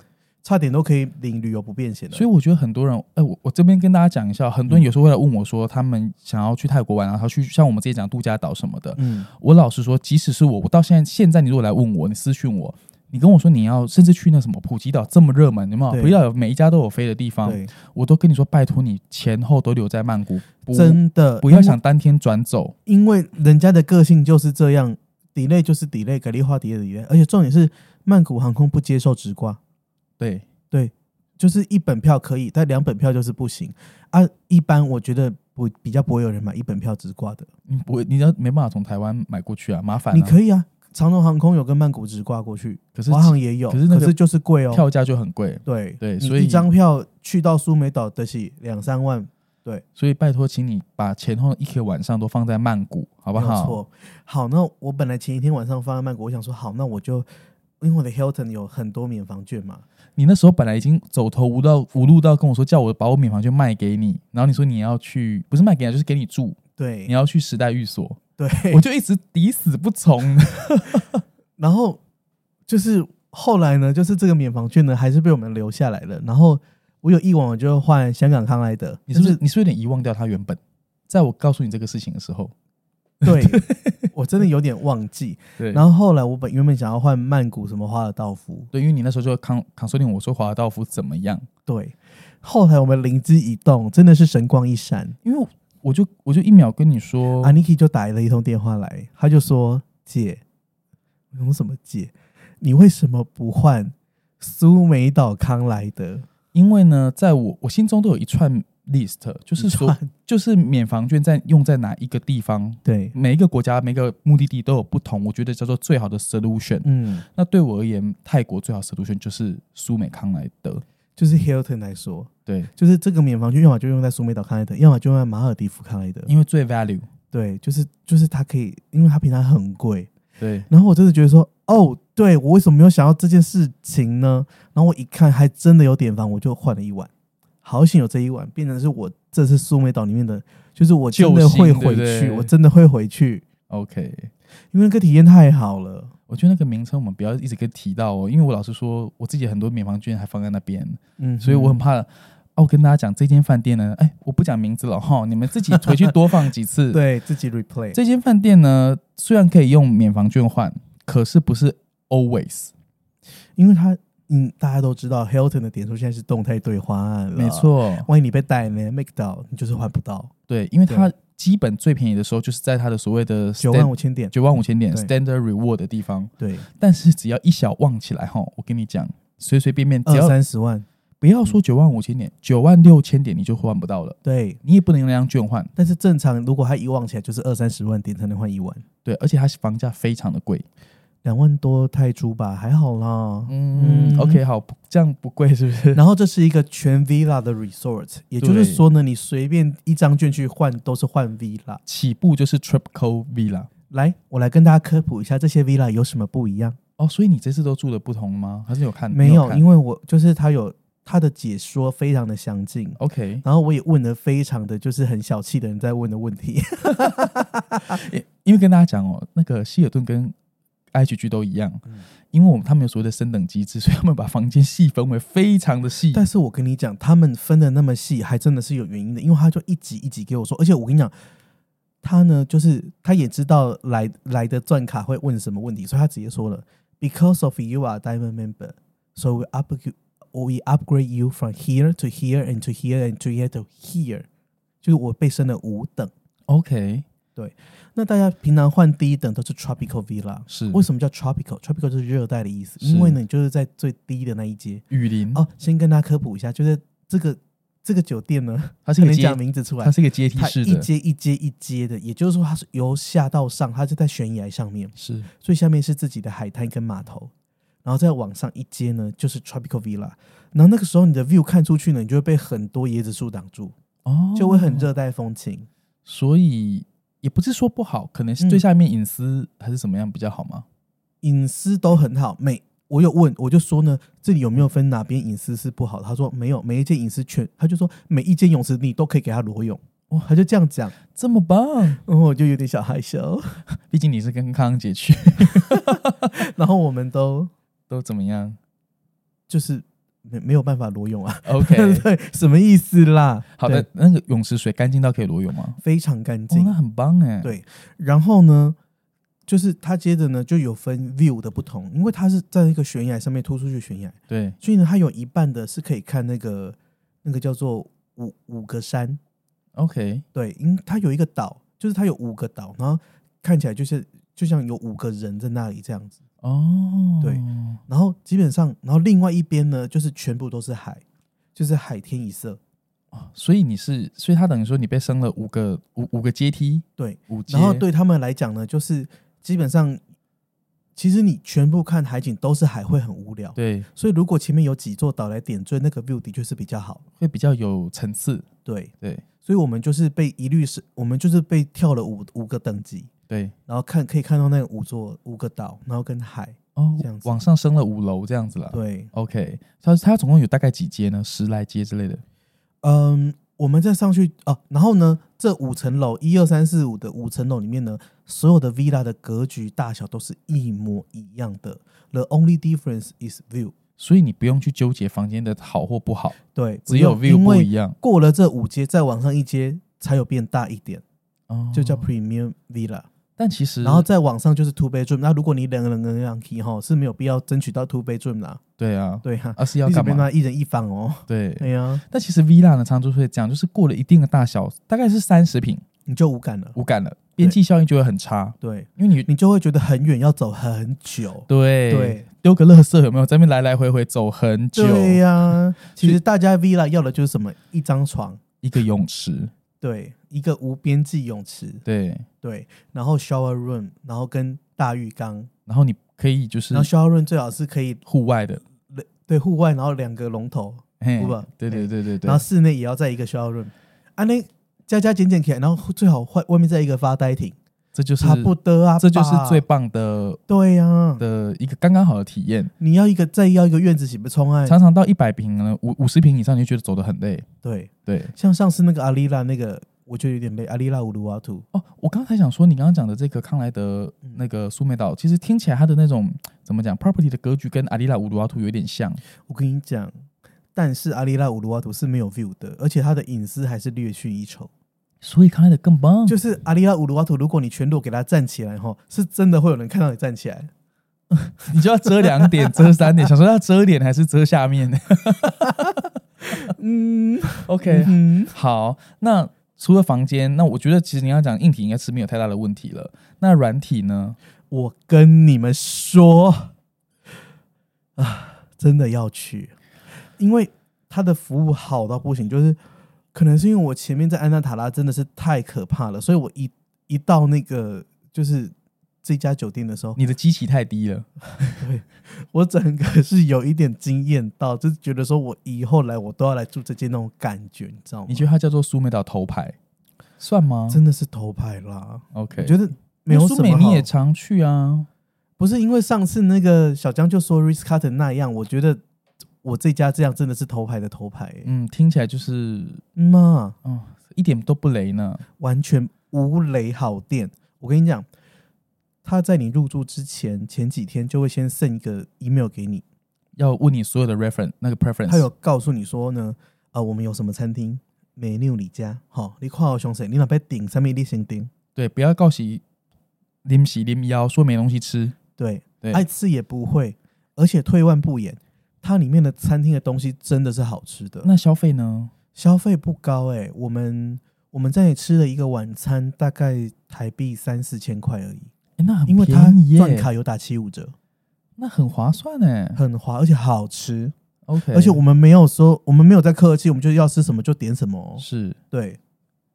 [SPEAKER 1] 差点都可以领旅游不便险了
[SPEAKER 2] 所以。我觉得很多人，哎、我我这边跟大家讲一下，很多
[SPEAKER 1] 嗯
[SPEAKER 2] 人有时候会来问我说，他们想要去泰国玩，然后去像我们之前讲度假岛什么的。
[SPEAKER 1] 嗯，
[SPEAKER 2] 我老实说，即使是我，我到现在现在，你如果来问我，你私讯我，你跟我说你要甚至去那什么普吉岛这么热门，有没有？
[SPEAKER 1] 对
[SPEAKER 2] 不要有每一家都有飞的地方，
[SPEAKER 1] 对，
[SPEAKER 2] 我都跟你说，拜托你前后都留在曼谷，不
[SPEAKER 1] 真的
[SPEAKER 2] 不要想当天转走。
[SPEAKER 1] 因为人家的个性就是这样，delay 就是 delay，改丽花 delay delay，而且重点是曼谷航空不接受直挂，
[SPEAKER 2] 对，
[SPEAKER 1] 就是一本票可以，但两本票就是不行啊。一般我觉得不比较不会有人买一本票直挂的，
[SPEAKER 2] 你不会，你要没办法从台湾买过去啊，麻烦、啊。
[SPEAKER 1] 你可以啊。长荣航空有跟曼谷直挂过去，
[SPEAKER 2] 可是
[SPEAKER 1] 华航也有，
[SPEAKER 2] 可是那个
[SPEAKER 1] 就是贵哦，
[SPEAKER 2] 票价就很贵，
[SPEAKER 1] 对
[SPEAKER 2] 对
[SPEAKER 1] 你
[SPEAKER 2] 所以
[SPEAKER 1] 一张票去到苏梅岛得起两三万，
[SPEAKER 2] 所以拜托，请你把前后一个晚上都放在曼谷，好不
[SPEAKER 1] 没有
[SPEAKER 2] 好？
[SPEAKER 1] 错。好，那我本来前一天晚上放在曼谷，我想说好，那我就因为我的 Hilton 有很多免房券嘛，
[SPEAKER 2] 你那时候本来已经走投无道无路到跟我说，叫我把我免房券卖给你，然后你说你要去，不是卖给你，就是给你住，
[SPEAKER 1] 对
[SPEAKER 2] 你，要去时代寓所，
[SPEAKER 1] 对，
[SPEAKER 2] [LAUGHS] 我就一直抵死不从。
[SPEAKER 1] [LAUGHS] 然后就是后来呢，就是这个免房券呢，还是被我们留下来了。然后我有一晚我就换香港康莱德，
[SPEAKER 2] 你是不
[SPEAKER 1] 就是
[SPEAKER 2] 你是不是有点遗忘掉他原本？在我告诉你这个事情的时候，
[SPEAKER 1] 是对
[SPEAKER 2] [LAUGHS]
[SPEAKER 1] 我真的有点忘记。
[SPEAKER 2] 对然
[SPEAKER 1] 然
[SPEAKER 2] 后
[SPEAKER 1] 后后来我本原本想要换曼谷什么华尔道夫，
[SPEAKER 2] 对，因为你那时候就康康说定我说华尔道夫怎么样？
[SPEAKER 1] 对。后来我们灵机一动，真的是神光一闪
[SPEAKER 2] 因为我就我就一秒跟你说，
[SPEAKER 1] a n i k i 就打了一通电话来，他就说：“姐，我说什么姐？你为什么不换苏梅岛康莱德？
[SPEAKER 2] 因为呢，在我我心中都有一串 list，就是
[SPEAKER 1] 一
[SPEAKER 2] 说
[SPEAKER 1] 串，
[SPEAKER 2] 就是免房券在用在哪一个地方，
[SPEAKER 1] 对，
[SPEAKER 2] 每一个国家、每个目的地都有不同，我觉得叫做最好的 solution。
[SPEAKER 1] 嗯，
[SPEAKER 2] 那对我而言，泰国最好 solution 就是苏美康莱德。
[SPEAKER 1] 就是 Hilton 来说，
[SPEAKER 2] 对，
[SPEAKER 1] 就是这个免房券，要么就用在苏梅岛康莱德，要么就用在马尔地夫康莱德。
[SPEAKER 2] 因为最 value。
[SPEAKER 1] 对，就是就是它可以，因为它平常很贵。
[SPEAKER 2] 对，
[SPEAKER 1] 然后我真的觉得说，哦，对我为什么没有想到这件事情呢？然后我一看，还真的有点房，我就换了一晚。好险有这一晚，变成是我这次苏梅岛里面的，就是我真的
[SPEAKER 2] 救星
[SPEAKER 1] 会回去，
[SPEAKER 2] 对不对
[SPEAKER 1] 我真的会回去，
[SPEAKER 2] OK。
[SPEAKER 1] 因为那个体验太好了。
[SPEAKER 2] 我觉得那个名称我们不要一直跟提到哦，因为我老实说，我自己很多免房券还放在那边，
[SPEAKER 1] 嗯，
[SPEAKER 2] 所以我很怕。哦，我跟大家讲，这间饭店呢，哎，我不讲名字了哈，你们自己回去多放几次。
[SPEAKER 1] 对自己 replay，
[SPEAKER 2] 这间饭店呢，虽然可以用免房券换，可是不是 always。
[SPEAKER 1] 因为它嗯，大家都知道 Hilton 的点数现在是动态兑换了，
[SPEAKER 2] 没。错，
[SPEAKER 1] 万一你被带呢 make 到，你就是换不到
[SPEAKER 2] 对，因为它基本最便宜的时候就是在它的所谓的
[SPEAKER 1] 九万五
[SPEAKER 2] stand-
[SPEAKER 1] 千点。
[SPEAKER 2] 九万五千点
[SPEAKER 1] 对
[SPEAKER 2] standard reward 的地方，
[SPEAKER 1] 对，
[SPEAKER 2] 但是只要一小旺起来哈，我跟你讲，随随便便只
[SPEAKER 1] 二
[SPEAKER 2] 要
[SPEAKER 1] 三十万，
[SPEAKER 2] 不要说九万五千点，九万六千点你就换不到了，
[SPEAKER 1] 对。
[SPEAKER 2] 你也不能用那张券换。
[SPEAKER 1] 但是正常，如果他一旺起来，就是二三十万点才能换一万，
[SPEAKER 2] 对，而且它房价非常的贵。
[SPEAKER 1] 两万多泰铢吧，还好啦。
[SPEAKER 2] 嗯
[SPEAKER 1] 嗯
[SPEAKER 2] o k 好，不这样不贵是不是？
[SPEAKER 1] 然后这是一个全 villa 的 resort，也就是说呢，你随便一张券去换都是换 villa。
[SPEAKER 2] 起步就是 Triple Villa
[SPEAKER 1] 来，我来跟大家科普一下这些 villa 有什么不一样。
[SPEAKER 2] 哦，所以你这次都住的不同吗？还是有看？
[SPEAKER 1] 没
[SPEAKER 2] 你
[SPEAKER 1] 有，
[SPEAKER 2] 看
[SPEAKER 1] 因为我就是他有他的解说非常的详尽，
[SPEAKER 2] OK，
[SPEAKER 1] 然后我也问了非常的就是很小气的人在问的问题。
[SPEAKER 2] 因为跟大家讲哦，那个希尔顿跟 IHG 都一样，
[SPEAKER 1] 嗯
[SPEAKER 2] 因为我们他们有所谓的升等机制，所以他们把房间细分为非常的细。
[SPEAKER 1] 但是我跟你讲，他们分的那么细，还真的是有原因的，因为他就一集一集给我说，而且我跟你讲，他呢就是他也知道来来的钻卡会问什么问题，所以他直接说了，Because of you are diamond member, so we upgrade we upgrade you from here to here and to here and to here to here，就是我被升了五等。
[SPEAKER 2] OK，
[SPEAKER 1] 那大家平常换第一等都是 tropical villa，
[SPEAKER 2] 是
[SPEAKER 1] 为什么叫 tropical？tropical 就是热带的意思，
[SPEAKER 2] 是
[SPEAKER 1] 因为呢，你就是在最低的那一阶。
[SPEAKER 2] 雨林
[SPEAKER 1] 哦，先跟大家科普一下，就是这个这个酒店呢，
[SPEAKER 2] 它是
[SPEAKER 1] 可
[SPEAKER 2] 一个
[SPEAKER 1] 能
[SPEAKER 2] 阶
[SPEAKER 1] 讲，名字出来
[SPEAKER 2] 它，是一个阶梯
[SPEAKER 1] 它
[SPEAKER 2] 式
[SPEAKER 1] 一
[SPEAKER 2] 的，
[SPEAKER 1] 阶一阶一阶的，也就是说它是由下到上，它是在悬崖上面，
[SPEAKER 2] 是
[SPEAKER 1] 最下面是自己的海滩跟码头，然后再往上一阶呢就是 tropical villa，然后那个时候你的 view 看出去呢，你就会被很多椰子树挡住，
[SPEAKER 2] 哦，
[SPEAKER 1] 就会很，热带风情。
[SPEAKER 2] 所以也不是说不好，可能是最
[SPEAKER 1] 嗯
[SPEAKER 2] 下面隐私还是怎么样比较好吗？
[SPEAKER 1] 隐私都很好，每我有问，我就说呢，这里有没有分哪边隐私是不好的？他说没有，每一间隐私全，他就说每一间泳池你都可以给他裸泳，
[SPEAKER 2] 哦
[SPEAKER 1] 哇，他就这样讲，
[SPEAKER 2] 这么棒，
[SPEAKER 1] 然后我就有点小害羞。
[SPEAKER 2] 毕竟你是跟康康姐去， [LAUGHS]
[SPEAKER 1] 然后我们都
[SPEAKER 2] 都怎么样
[SPEAKER 1] 就是没没有办法裸泳啊，
[SPEAKER 2] ？OK，
[SPEAKER 1] [LAUGHS] 对，什么意思啦？
[SPEAKER 2] 好的
[SPEAKER 1] 对，，
[SPEAKER 2] 那个泳池水干净到可以裸泳吗？
[SPEAKER 1] 非常干
[SPEAKER 2] 哦
[SPEAKER 1] 净，。
[SPEAKER 2] 那很棒哎，
[SPEAKER 1] 对然后呢，就是它接着呢就有分 view 的不同，因为它是在一个悬崖上面突出去的悬崖，
[SPEAKER 2] 对，
[SPEAKER 1] 所以呢，它有一半的是可以看那个那个叫做五五个山，
[SPEAKER 2] OK，
[SPEAKER 1] 对，因为它有一个岛，就是它有五个岛，然后看起来就是就像有五个人在那里这样子。
[SPEAKER 2] 哦，
[SPEAKER 1] 对然后基本上，然后另外一边呢，就是全部都是海，就是海天一色。
[SPEAKER 2] 哦，所以你是，所以他等于说你被升了五个五五个阶梯，
[SPEAKER 1] 对，
[SPEAKER 2] 五阶，
[SPEAKER 1] 然后对他们来讲呢，就是基本上，其实你全部看海景都是海，会很无聊。
[SPEAKER 2] 对，
[SPEAKER 1] 所以如果前面有几座岛来点缀，那个 view 的确是比较好。
[SPEAKER 2] 会比较有层次，
[SPEAKER 1] 对，
[SPEAKER 2] 对
[SPEAKER 1] 所以我们就是被一律是，我们就是被跳了五五个等级，
[SPEAKER 2] 对，
[SPEAKER 1] 然后看可以看到那个五座五个岛，然后跟海。
[SPEAKER 2] 哦
[SPEAKER 1] 这样，子
[SPEAKER 2] 往上升了五楼这样子啦。
[SPEAKER 1] 对，
[SPEAKER 2] ，OK，它它总共有大概几阶呢？十来阶之类的。
[SPEAKER 1] 嗯，我们再上去哦、然后呢，这五层楼一二三四五的五层楼里面呢，所有的 villa 的格局大小都是一模一样的。The only difference is view。
[SPEAKER 2] 所以你不用去纠结房间的好或不好，
[SPEAKER 1] 对，
[SPEAKER 2] 只有
[SPEAKER 1] 不
[SPEAKER 2] view
[SPEAKER 1] 用因
[SPEAKER 2] 不一
[SPEAKER 1] 为
[SPEAKER 2] 样，
[SPEAKER 1] 过了这五阶，再往上一阶才有变大一点，
[SPEAKER 2] 哦
[SPEAKER 1] 就叫 premium villa。
[SPEAKER 2] 但其实，
[SPEAKER 1] 然后再往上就是 two bedroom。那如果你两个人跟两 key 哈，是没有必要争取到 two bedroom 啦。
[SPEAKER 2] 对啊，
[SPEAKER 1] 对哈、
[SPEAKER 2] 而、是要
[SPEAKER 1] 你只
[SPEAKER 2] 干
[SPEAKER 1] 没
[SPEAKER 2] 嘛？
[SPEAKER 1] 办法一人一房哦。
[SPEAKER 2] 对。
[SPEAKER 1] 对呀、
[SPEAKER 2] 但其实 villa 呢，常常会这样，就是过了一定的大小，大概是三十平，
[SPEAKER 1] 你就无感了。
[SPEAKER 2] 无感了，边际效应就会很差，
[SPEAKER 1] 对，
[SPEAKER 2] 因为你
[SPEAKER 1] 你就会觉得很远，要走很久。
[SPEAKER 2] 对
[SPEAKER 1] 对
[SPEAKER 2] 丢个垃圾有没有？在那边来来回回走很久，
[SPEAKER 1] 对呀、
[SPEAKER 2] [LAUGHS]
[SPEAKER 1] 其
[SPEAKER 2] 所以
[SPEAKER 1] 实大家 villa 要的就是什么？一张床，
[SPEAKER 2] 一个泳池，
[SPEAKER 1] 对，一个无边际泳池，
[SPEAKER 2] 对，
[SPEAKER 1] 对，然后 shower room，然后跟大浴缸，
[SPEAKER 2] 然后你可以就是
[SPEAKER 1] 然后 shower room 最好是可以
[SPEAKER 2] 户外的，
[SPEAKER 1] 对户外，然后两个龙头，
[SPEAKER 2] 嘿
[SPEAKER 1] 户外，
[SPEAKER 2] 对对对对对，
[SPEAKER 1] 然后室内也要在一个 shower room，啊那加加减减起来，然后最好外外面在一个发呆亭。
[SPEAKER 2] 这就是
[SPEAKER 1] 差不多啊，
[SPEAKER 2] 这就是
[SPEAKER 1] 爸嗯
[SPEAKER 2] 最棒的
[SPEAKER 1] 对呀、
[SPEAKER 2] 的一个刚刚好的体验。
[SPEAKER 1] 你要一个再要一个院子，行不冲爱？
[SPEAKER 2] 常常到一百平呢，五五十平以上你就觉得走得很累。
[SPEAKER 1] 对，
[SPEAKER 2] 对
[SPEAKER 1] 像上次那个阿丽拉那个，我觉得有点累。阿丽拉乌鲁瓦图，
[SPEAKER 2] 哦，我刚才想说，你刚刚讲的这个康莱德
[SPEAKER 1] 嗯
[SPEAKER 2] 那个苏梅岛，其实听起来它的那种怎么讲，property 的格局跟阿迪拉乌鲁阿图有点像。
[SPEAKER 1] 我跟你讲，但是阿丽拉乌鲁瓦图是没有 view 的，而且它的隐私还是略逊一筹。
[SPEAKER 2] 所以康莱德更棒，
[SPEAKER 1] 就是是阿丽拉乌鲁瓦图，如果你全裸给它站起来，哈，是真的会有人看到你站起来。
[SPEAKER 2] 你就要遮两
[SPEAKER 1] [LAUGHS]
[SPEAKER 2] 点、遮三点，想说要遮脸还是遮下面 [LAUGHS]
[SPEAKER 1] 嗯
[SPEAKER 2] ？OK，
[SPEAKER 1] 嗯，
[SPEAKER 2] 好，那除了房间，那我觉得其实你要讲硬体应该是没有太大的问题了。那软体呢？
[SPEAKER 1] 我跟你们说啊，真的要去，因为它的服务好到不行，就是可能是因为我前面在安纳塔拉真的是太可怕了，所以我一一到那个就是这家酒店的时候，
[SPEAKER 2] 你的基期太低了。
[SPEAKER 1] 我整个 [LAUGHS] 是有一点惊艳到，就是觉得说我以后来我都要来住这间那种感觉，你知道吗？
[SPEAKER 2] 你觉得它叫做苏梅岛头牌，算吗？
[SPEAKER 1] 真的是头牌啦，
[SPEAKER 2] OK，
[SPEAKER 1] 我觉得没有什
[SPEAKER 2] 苏美
[SPEAKER 1] 么
[SPEAKER 2] 你
[SPEAKER 1] 好
[SPEAKER 2] 也常去啊，
[SPEAKER 1] 不是因为上次那个小江就说 Ritz Carlton 那样，我觉得我这家这样真的是头牌的头牌、欸，
[SPEAKER 2] 嗯，听起来就是
[SPEAKER 1] 妈、
[SPEAKER 2] 哦，一点都不雷呢。
[SPEAKER 1] 完全无雷好店。我跟你讲，他在你入住之前前几天就会先 send 一个 email 给你，
[SPEAKER 2] 要问你所有的 reference 那个 preference，
[SPEAKER 1] 他有告诉你说呢，啊、我们有什么餐厅。美妞你家，吼、你看好凶谁？你哪边顶上面你先顶，
[SPEAKER 2] 对，不要告诉临时临腰说没东西吃，
[SPEAKER 1] 对，
[SPEAKER 2] 对
[SPEAKER 1] 爱吃也不会，而且退万不言。它里面的餐厅的东西真的是好吃的。
[SPEAKER 2] 那消费呢？
[SPEAKER 1] 消费不高哎、我们我们在那里吃了一个晚餐，大概台币三四千块而已，
[SPEAKER 2] 诶那很
[SPEAKER 1] 因为它
[SPEAKER 2] 便宜耶
[SPEAKER 1] 赚卡有打七五折，
[SPEAKER 2] 那很划算哎。
[SPEAKER 1] 很划，而且好吃。
[SPEAKER 2] OK，
[SPEAKER 1] 而且我们没有说，我们没有在客气，我们就要吃什么就点什么哦、
[SPEAKER 2] 是
[SPEAKER 1] 对，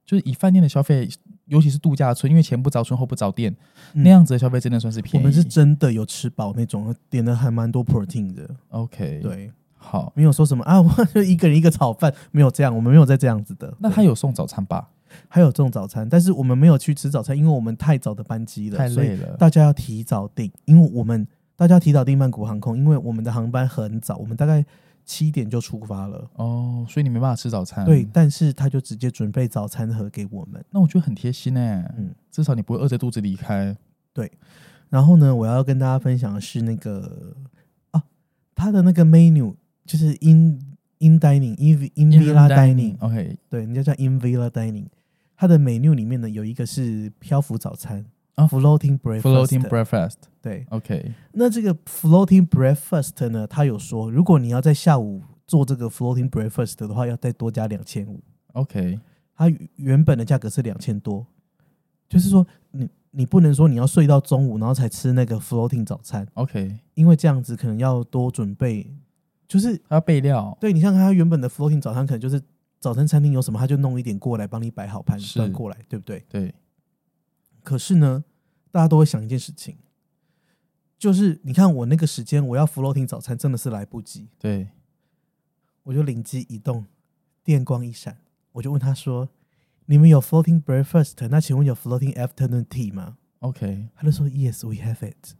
[SPEAKER 2] 就是以饭店的消费，尤其是度假村，因为前不着村后不着店，
[SPEAKER 1] 嗯
[SPEAKER 2] 那样子的消费真的算是
[SPEAKER 1] 我
[SPEAKER 2] 便宜。
[SPEAKER 1] 们是真的有吃饱那种，点的还蛮多 protein 的。
[SPEAKER 2] OK，，
[SPEAKER 1] 对，
[SPEAKER 2] 好。
[SPEAKER 1] 没有说什么 [LAUGHS] 啊，我就一个人一个炒饭，没有这样，我们没有在这样子的。
[SPEAKER 2] 那他有送早餐吧？
[SPEAKER 1] 还有这种早餐，但是我们没有去吃早餐，因为我们太早的班机了，
[SPEAKER 2] 太
[SPEAKER 1] 所以
[SPEAKER 2] 累了。
[SPEAKER 1] 大家要提早订，因为我们大家要提早订曼谷航空，因为我们的航班很早，我们大概七点就出发了。
[SPEAKER 2] 哦，所以你没办法吃早餐。
[SPEAKER 1] 对，，但是他就直接准备早餐盒给我们。
[SPEAKER 2] 那我觉得很贴心哎、
[SPEAKER 1] 嗯
[SPEAKER 2] 至少你不会饿着肚子离开。
[SPEAKER 1] 然后呢，我要跟大家分享的是那个啊，他的那个 menu 就是 in in dining in in villa dining，哦
[SPEAKER 2] OK，
[SPEAKER 1] 对，人家叫 in villa dining。它的 menu 里面呢有一个是漂浮早餐
[SPEAKER 2] 啊
[SPEAKER 1] 哦 floating breakfast
[SPEAKER 2] floating breakfast。
[SPEAKER 1] 对，
[SPEAKER 2] OK，
[SPEAKER 1] 那这个 floating breakfast 呢，他有说，如果你要在下午做这个 floating breakfast 的话，要再多加两千五。
[SPEAKER 2] OK，
[SPEAKER 1] 它原本的价格是两千多，就是说你你不能说你要睡到中午，然后才吃那个 floating 早餐，
[SPEAKER 2] OK，
[SPEAKER 1] 因为这样子可能要多准备。就是
[SPEAKER 2] 他要备料。
[SPEAKER 1] 对你像它原本的 floating 早餐，可能就是早餐餐厅有什么，他就弄一点过来帮你摆好盘
[SPEAKER 2] 是
[SPEAKER 1] 端过来，对不对？
[SPEAKER 2] 对，
[SPEAKER 1] 可是呢，大家都会想一件事情，就是你看我那个时间，我要 floating 早餐真的是来不及。
[SPEAKER 2] 对，
[SPEAKER 1] 我就灵机一动，电光一闪，我就问他说：“你们有 floating breakfast？那请问有 floating afternoon tea 吗
[SPEAKER 2] OK，？”
[SPEAKER 1] 他就说：“Yes, we have it。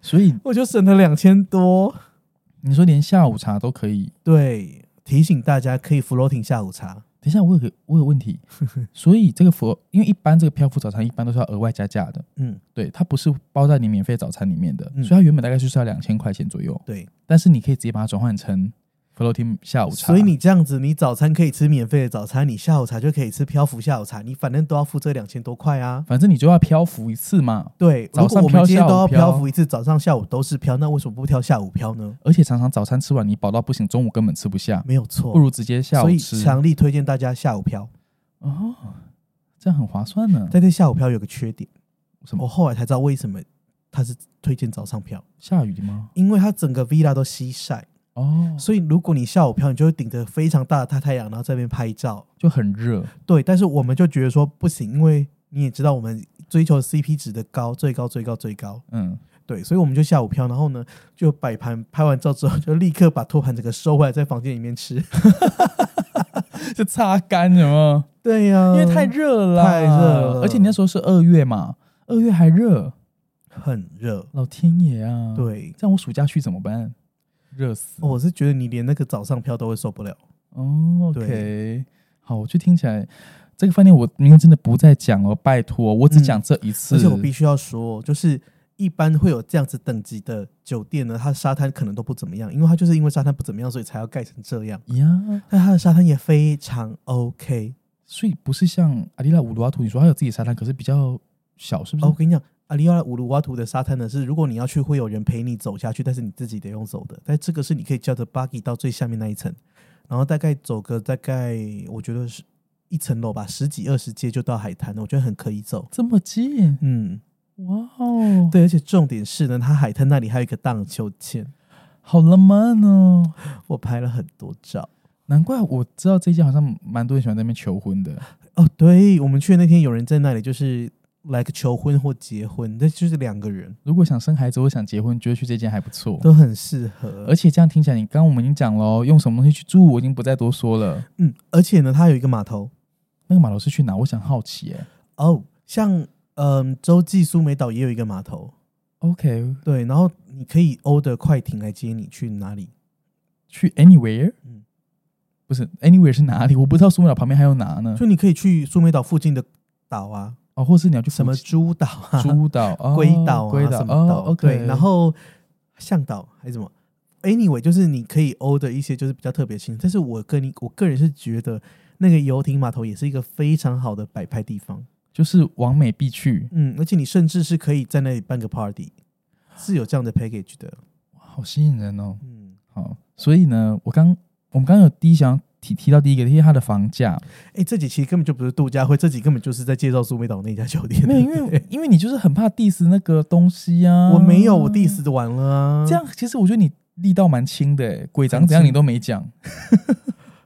[SPEAKER 2] 所以”
[SPEAKER 1] 我就省了两千多。
[SPEAKER 2] 你说连下午茶都可以。
[SPEAKER 1] 对，提醒大家可以 floating 下午茶。
[SPEAKER 2] 等一下，我有个我有
[SPEAKER 1] [LAUGHS]
[SPEAKER 2] 问题，所以这个佛，因为一般这个漂浮早餐一般都是要额外加价的，
[SPEAKER 1] 嗯，
[SPEAKER 2] 对，它不是包在你免费早餐里面的，
[SPEAKER 1] 嗯
[SPEAKER 2] 所以它原本大概就是要两千块钱左右，
[SPEAKER 1] 对。
[SPEAKER 2] 但是你可以直接把它转换成 floating 下午茶，
[SPEAKER 1] 所以你这样子，你早餐可以吃免费的早餐，你下午茶就可以吃漂浮下午茶，你反正都要付这两千多块啊。
[SPEAKER 2] 反正你就要漂浮一次嘛，
[SPEAKER 1] 对，
[SPEAKER 2] 早
[SPEAKER 1] 如
[SPEAKER 2] 上
[SPEAKER 1] 果我们
[SPEAKER 2] 漂
[SPEAKER 1] 今天
[SPEAKER 2] 下午
[SPEAKER 1] 都要
[SPEAKER 2] 漂
[SPEAKER 1] 漂浮一次，早上下午都是漂，那为什么不挑下午漂呢？
[SPEAKER 2] 而且常常早餐吃完你饱到不行，中午根本吃不下，
[SPEAKER 1] 没有错，
[SPEAKER 2] 不如直接下
[SPEAKER 1] 所
[SPEAKER 2] 午
[SPEAKER 1] 以
[SPEAKER 2] 吃，
[SPEAKER 1] 强力推荐大家下午漂。
[SPEAKER 2] 哦，这样很划算呢。
[SPEAKER 1] 但这下午票有个缺点，
[SPEAKER 2] 什么
[SPEAKER 1] 我后来才知道为什么他是推荐早上票，
[SPEAKER 2] 下雨吗？
[SPEAKER 1] 因为它整个 villa 都西晒，
[SPEAKER 2] 哦，
[SPEAKER 1] 所以如果你下午票，你就会顶着非常大的大太阳，然后在那边拍照。
[SPEAKER 2] 就很热，
[SPEAKER 1] 对，但是我们就觉得说不行，因为你也知道我们追求 CP 值的高，最高最高最高。
[SPEAKER 2] 嗯，
[SPEAKER 1] 对，所以我们就下午票，然后呢就摆盘，拍完照之后就立刻把托盘整个收回来，在房间里面吃。
[SPEAKER 2] 就擦干什么？
[SPEAKER 1] 对呀、
[SPEAKER 2] 因为嗯太热了啦，
[SPEAKER 1] 太热了
[SPEAKER 2] 而且你那时候是二月嘛，二月还热，
[SPEAKER 1] 很热。
[SPEAKER 2] 老天爷啊！，
[SPEAKER 1] 对，
[SPEAKER 2] 这样我暑假去怎么办？热死！
[SPEAKER 1] 我是觉得你连那个早上票都会受不了。
[SPEAKER 2] 哦，OK，
[SPEAKER 1] 对
[SPEAKER 2] 好，我就听起来这个饭店我明天真的不再讲了，拜托，我只讲这一次。
[SPEAKER 1] 而且我必须要说，就是一般会有这样子等级的酒店呢，它沙滩可能都不怎么样，因为它就是因为沙滩不怎么样，所以才要盖成这样。
[SPEAKER 2] 呀，
[SPEAKER 1] 但它的沙滩也非常 OK。
[SPEAKER 2] 所以不是像阿迪拉五鲁阿图，你说它有自己的沙滩，可是比较小，是不是？
[SPEAKER 1] 哦，我跟你讲，阿里奥拉乌鲁瓦图的沙滩呢，是如果你要去，会有人陪你走下去，但是你自己得用走的。但这个是你可以叫着 buggy 到最下面那一层，然后大概走个大概，我觉得是一层楼吧，十几二十阶就到海滩了，我觉得很可以走。
[SPEAKER 2] 这么近，
[SPEAKER 1] 嗯，
[SPEAKER 2] 哇哦，，
[SPEAKER 1] 对，而且重点是呢，它海滩那里还有一个荡秋千，
[SPEAKER 2] 好浪漫哦。
[SPEAKER 1] 我拍了很多照。
[SPEAKER 2] 难怪我知道这一间好像蛮多人喜欢在那边求婚
[SPEAKER 1] [LAUGHS]
[SPEAKER 2] 的，
[SPEAKER 1] 哦，对，我们去的那天有人在那里，就是来个求婚或结婚，那就是两个人
[SPEAKER 2] 如果想生孩子或想结婚，觉得去这间还不错。
[SPEAKER 1] 都很适合。
[SPEAKER 2] 而且这样听起来，你刚刚我们已经讲了哦，用什么东西去住，我已经不再多说了。
[SPEAKER 1] 嗯，而且呢，它有一个码头
[SPEAKER 2] 那个码头是去哪？我想好奇耶、
[SPEAKER 1] 哦，像嗯，洲际苏梅岛也有一个码头，
[SPEAKER 2] OK，
[SPEAKER 1] 对，然后你可以 order 快艇来接你去哪里。
[SPEAKER 2] 去 anywhere？
[SPEAKER 1] 嗯
[SPEAKER 2] 不是 anywhere 是哪里？我不知道苏梅岛旁边还有哪呢？
[SPEAKER 1] 就你可以去苏梅岛附近的岛啊，
[SPEAKER 2] 哦，或是你要去
[SPEAKER 1] 什么
[SPEAKER 2] 附近
[SPEAKER 1] 诸岛啊、
[SPEAKER 2] 猪岛、哦
[SPEAKER 1] 龟岛啊、
[SPEAKER 2] 龟岛
[SPEAKER 1] 什么岛、
[SPEAKER 2] 哦、？OK，
[SPEAKER 1] 对，然后向导还是什么？Anyway，就是你可以 order 一些就是比较特别性，但是我跟你我个人是觉得那个游艇码头也是一个非常好的摆拍地方，
[SPEAKER 2] 就是往美必去，
[SPEAKER 1] 嗯，而且你甚至是可以在那里办个 party，是有这样的 package 的，
[SPEAKER 2] 哇好吸引人哦。
[SPEAKER 1] 嗯，
[SPEAKER 2] 好，所以呢，我刚我们刚刚有第一想要提提到第一个，因为它的房价，
[SPEAKER 1] 哎、这集其实根本就不是度假会，这集根本就是在介绍苏梅岛那家酒店。
[SPEAKER 2] [LAUGHS] 没有，因为因为你就是很怕 diss 那个东西啊。
[SPEAKER 1] [LAUGHS] 我没有，我 diss 的完了啊。
[SPEAKER 2] [LAUGHS] 这样，其实我觉得你力道蛮轻的、欸，鬼长怎样
[SPEAKER 1] 很轻
[SPEAKER 2] 你都没讲。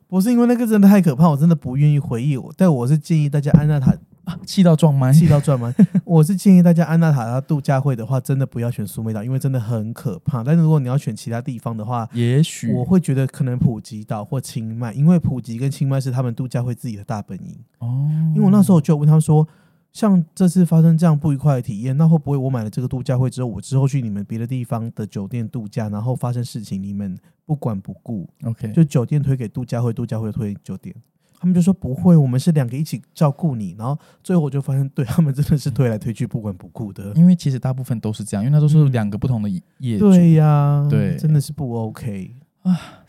[SPEAKER 1] 不是因为那个真的太可怕，我真的不愿意回忆。我但我是建议大家安娜塔
[SPEAKER 2] 啊气到撞麦，
[SPEAKER 1] 气到转弯，我是建议大家安娜塔拉度假会的话，真的不要选苏梅岛，因为真的很可怕。但是如果你要选其他地方的话，
[SPEAKER 2] 也许
[SPEAKER 1] 我会觉得可能普吉岛或清迈，因为普吉跟清迈是他们度假会自己的大本营。
[SPEAKER 2] 哦，
[SPEAKER 1] 因为我那时候就有问他们说，像这次发生这样不愉快的体验，那会不会我买了这个度假会之后，我之后去你们别的地方的酒店度假，然后发生事情，你们不管不顾，
[SPEAKER 2] OK
[SPEAKER 1] 就酒店推给度假会，度假会推酒店。他们就说不会，我们是两个一起照顾你。然后最后我就发现，对他们真的是推来推去，不管不顾的。
[SPEAKER 2] 因为其实大部分都是这样，因为它都是
[SPEAKER 1] 嗯
[SPEAKER 2] 两个不同的业主，
[SPEAKER 1] 对呀、
[SPEAKER 2] 对
[SPEAKER 1] 真的是不 OK。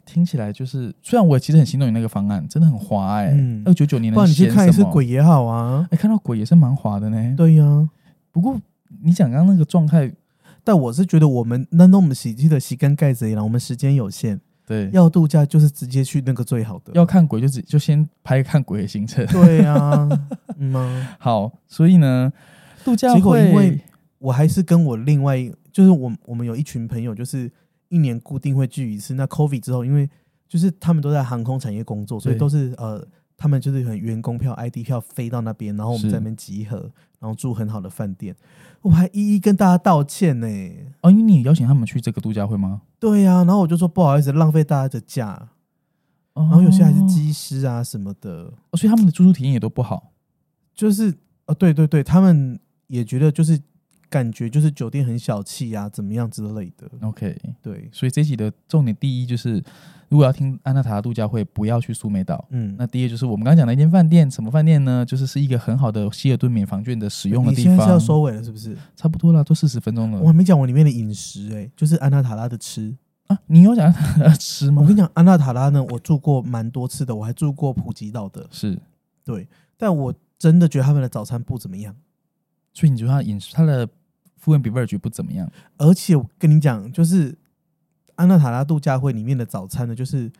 [SPEAKER 2] 听起来就是，虽然我其实很心动你那个方案，真的很滑哎、
[SPEAKER 1] 嗯
[SPEAKER 2] 二九九年
[SPEAKER 1] 不
[SPEAKER 2] 能
[SPEAKER 1] 然你去
[SPEAKER 2] 闲
[SPEAKER 1] 看一
[SPEAKER 2] 什
[SPEAKER 1] 次
[SPEAKER 2] 么？
[SPEAKER 1] 鬼也好啊。
[SPEAKER 2] 哎、看到鬼也是蛮滑的呢。
[SPEAKER 1] 对呀、
[SPEAKER 2] 不过你讲刚刚那个状态，
[SPEAKER 1] 但我是觉得我们那那我们喜剧的洗干盖子一样，我们时间有限，
[SPEAKER 2] 对，要
[SPEAKER 1] 要度假就是直接去那个最好的。
[SPEAKER 2] 要看鬼就只就先拍看鬼的行程。
[SPEAKER 1] [LAUGHS]
[SPEAKER 2] [LAUGHS]
[SPEAKER 1] 对啊，嗯啊
[SPEAKER 2] 好，所以呢，度假
[SPEAKER 1] 结果
[SPEAKER 2] 会
[SPEAKER 1] 因为我还是跟我另外一就是我我们有一群朋友，就是一年固定会聚一次。那 COVID 之后，因为就是他们都在航空产业工作，所以
[SPEAKER 2] 对
[SPEAKER 1] 都是呃，他们就是很员工票、ID 票飞到那边，然后我们
[SPEAKER 2] 是
[SPEAKER 1] 在那边集合，然后住很好的饭店。我还一一跟大家道歉呢、
[SPEAKER 2] 哦，因为你有邀请他们去这个度假会吗？
[SPEAKER 1] 对呀、然后我就说不好意思，浪费大家的假。
[SPEAKER 2] 然
[SPEAKER 1] 然后有些还是、机师啊什么的，
[SPEAKER 2] 哦，所以他们的住宿体验也都不好。
[SPEAKER 1] 就是呃，对对对，他们也觉得就是感觉就是酒店很小气啊，怎么样之类的。
[SPEAKER 2] OK，
[SPEAKER 1] 对，
[SPEAKER 2] 所以这一集的重点第一就是，如果要听安娜塔的度假会，不要去苏梅岛。
[SPEAKER 1] 嗯，
[SPEAKER 2] 那第一就是我们刚刚讲的一间饭店，什么饭店呢？就是是一个很好的希尔顿免房券的使用的
[SPEAKER 1] 你
[SPEAKER 2] 地
[SPEAKER 1] 现在是要
[SPEAKER 2] 方。嗯
[SPEAKER 1] 收尾了是不是？
[SPEAKER 2] 差不多啦，都四十分钟
[SPEAKER 1] 我
[SPEAKER 2] 了
[SPEAKER 1] 还没讲我里面的饮食哎、就是安娜塔拉的吃。
[SPEAKER 2] 啊！你有讲要 [LAUGHS] 吃
[SPEAKER 1] 我
[SPEAKER 2] 吗
[SPEAKER 1] 跟？你讲，安娜塔拉呢，我住过蛮多次的，我还住过普吉岛的，
[SPEAKER 2] 是，
[SPEAKER 1] 但我真的觉得他们的早餐不怎么样。
[SPEAKER 2] 所以你觉得它的饮食它的 food and beverage 不怎么样？
[SPEAKER 1] 而且我跟你讲，就是安娜塔拉度假会里面的早餐呢，就是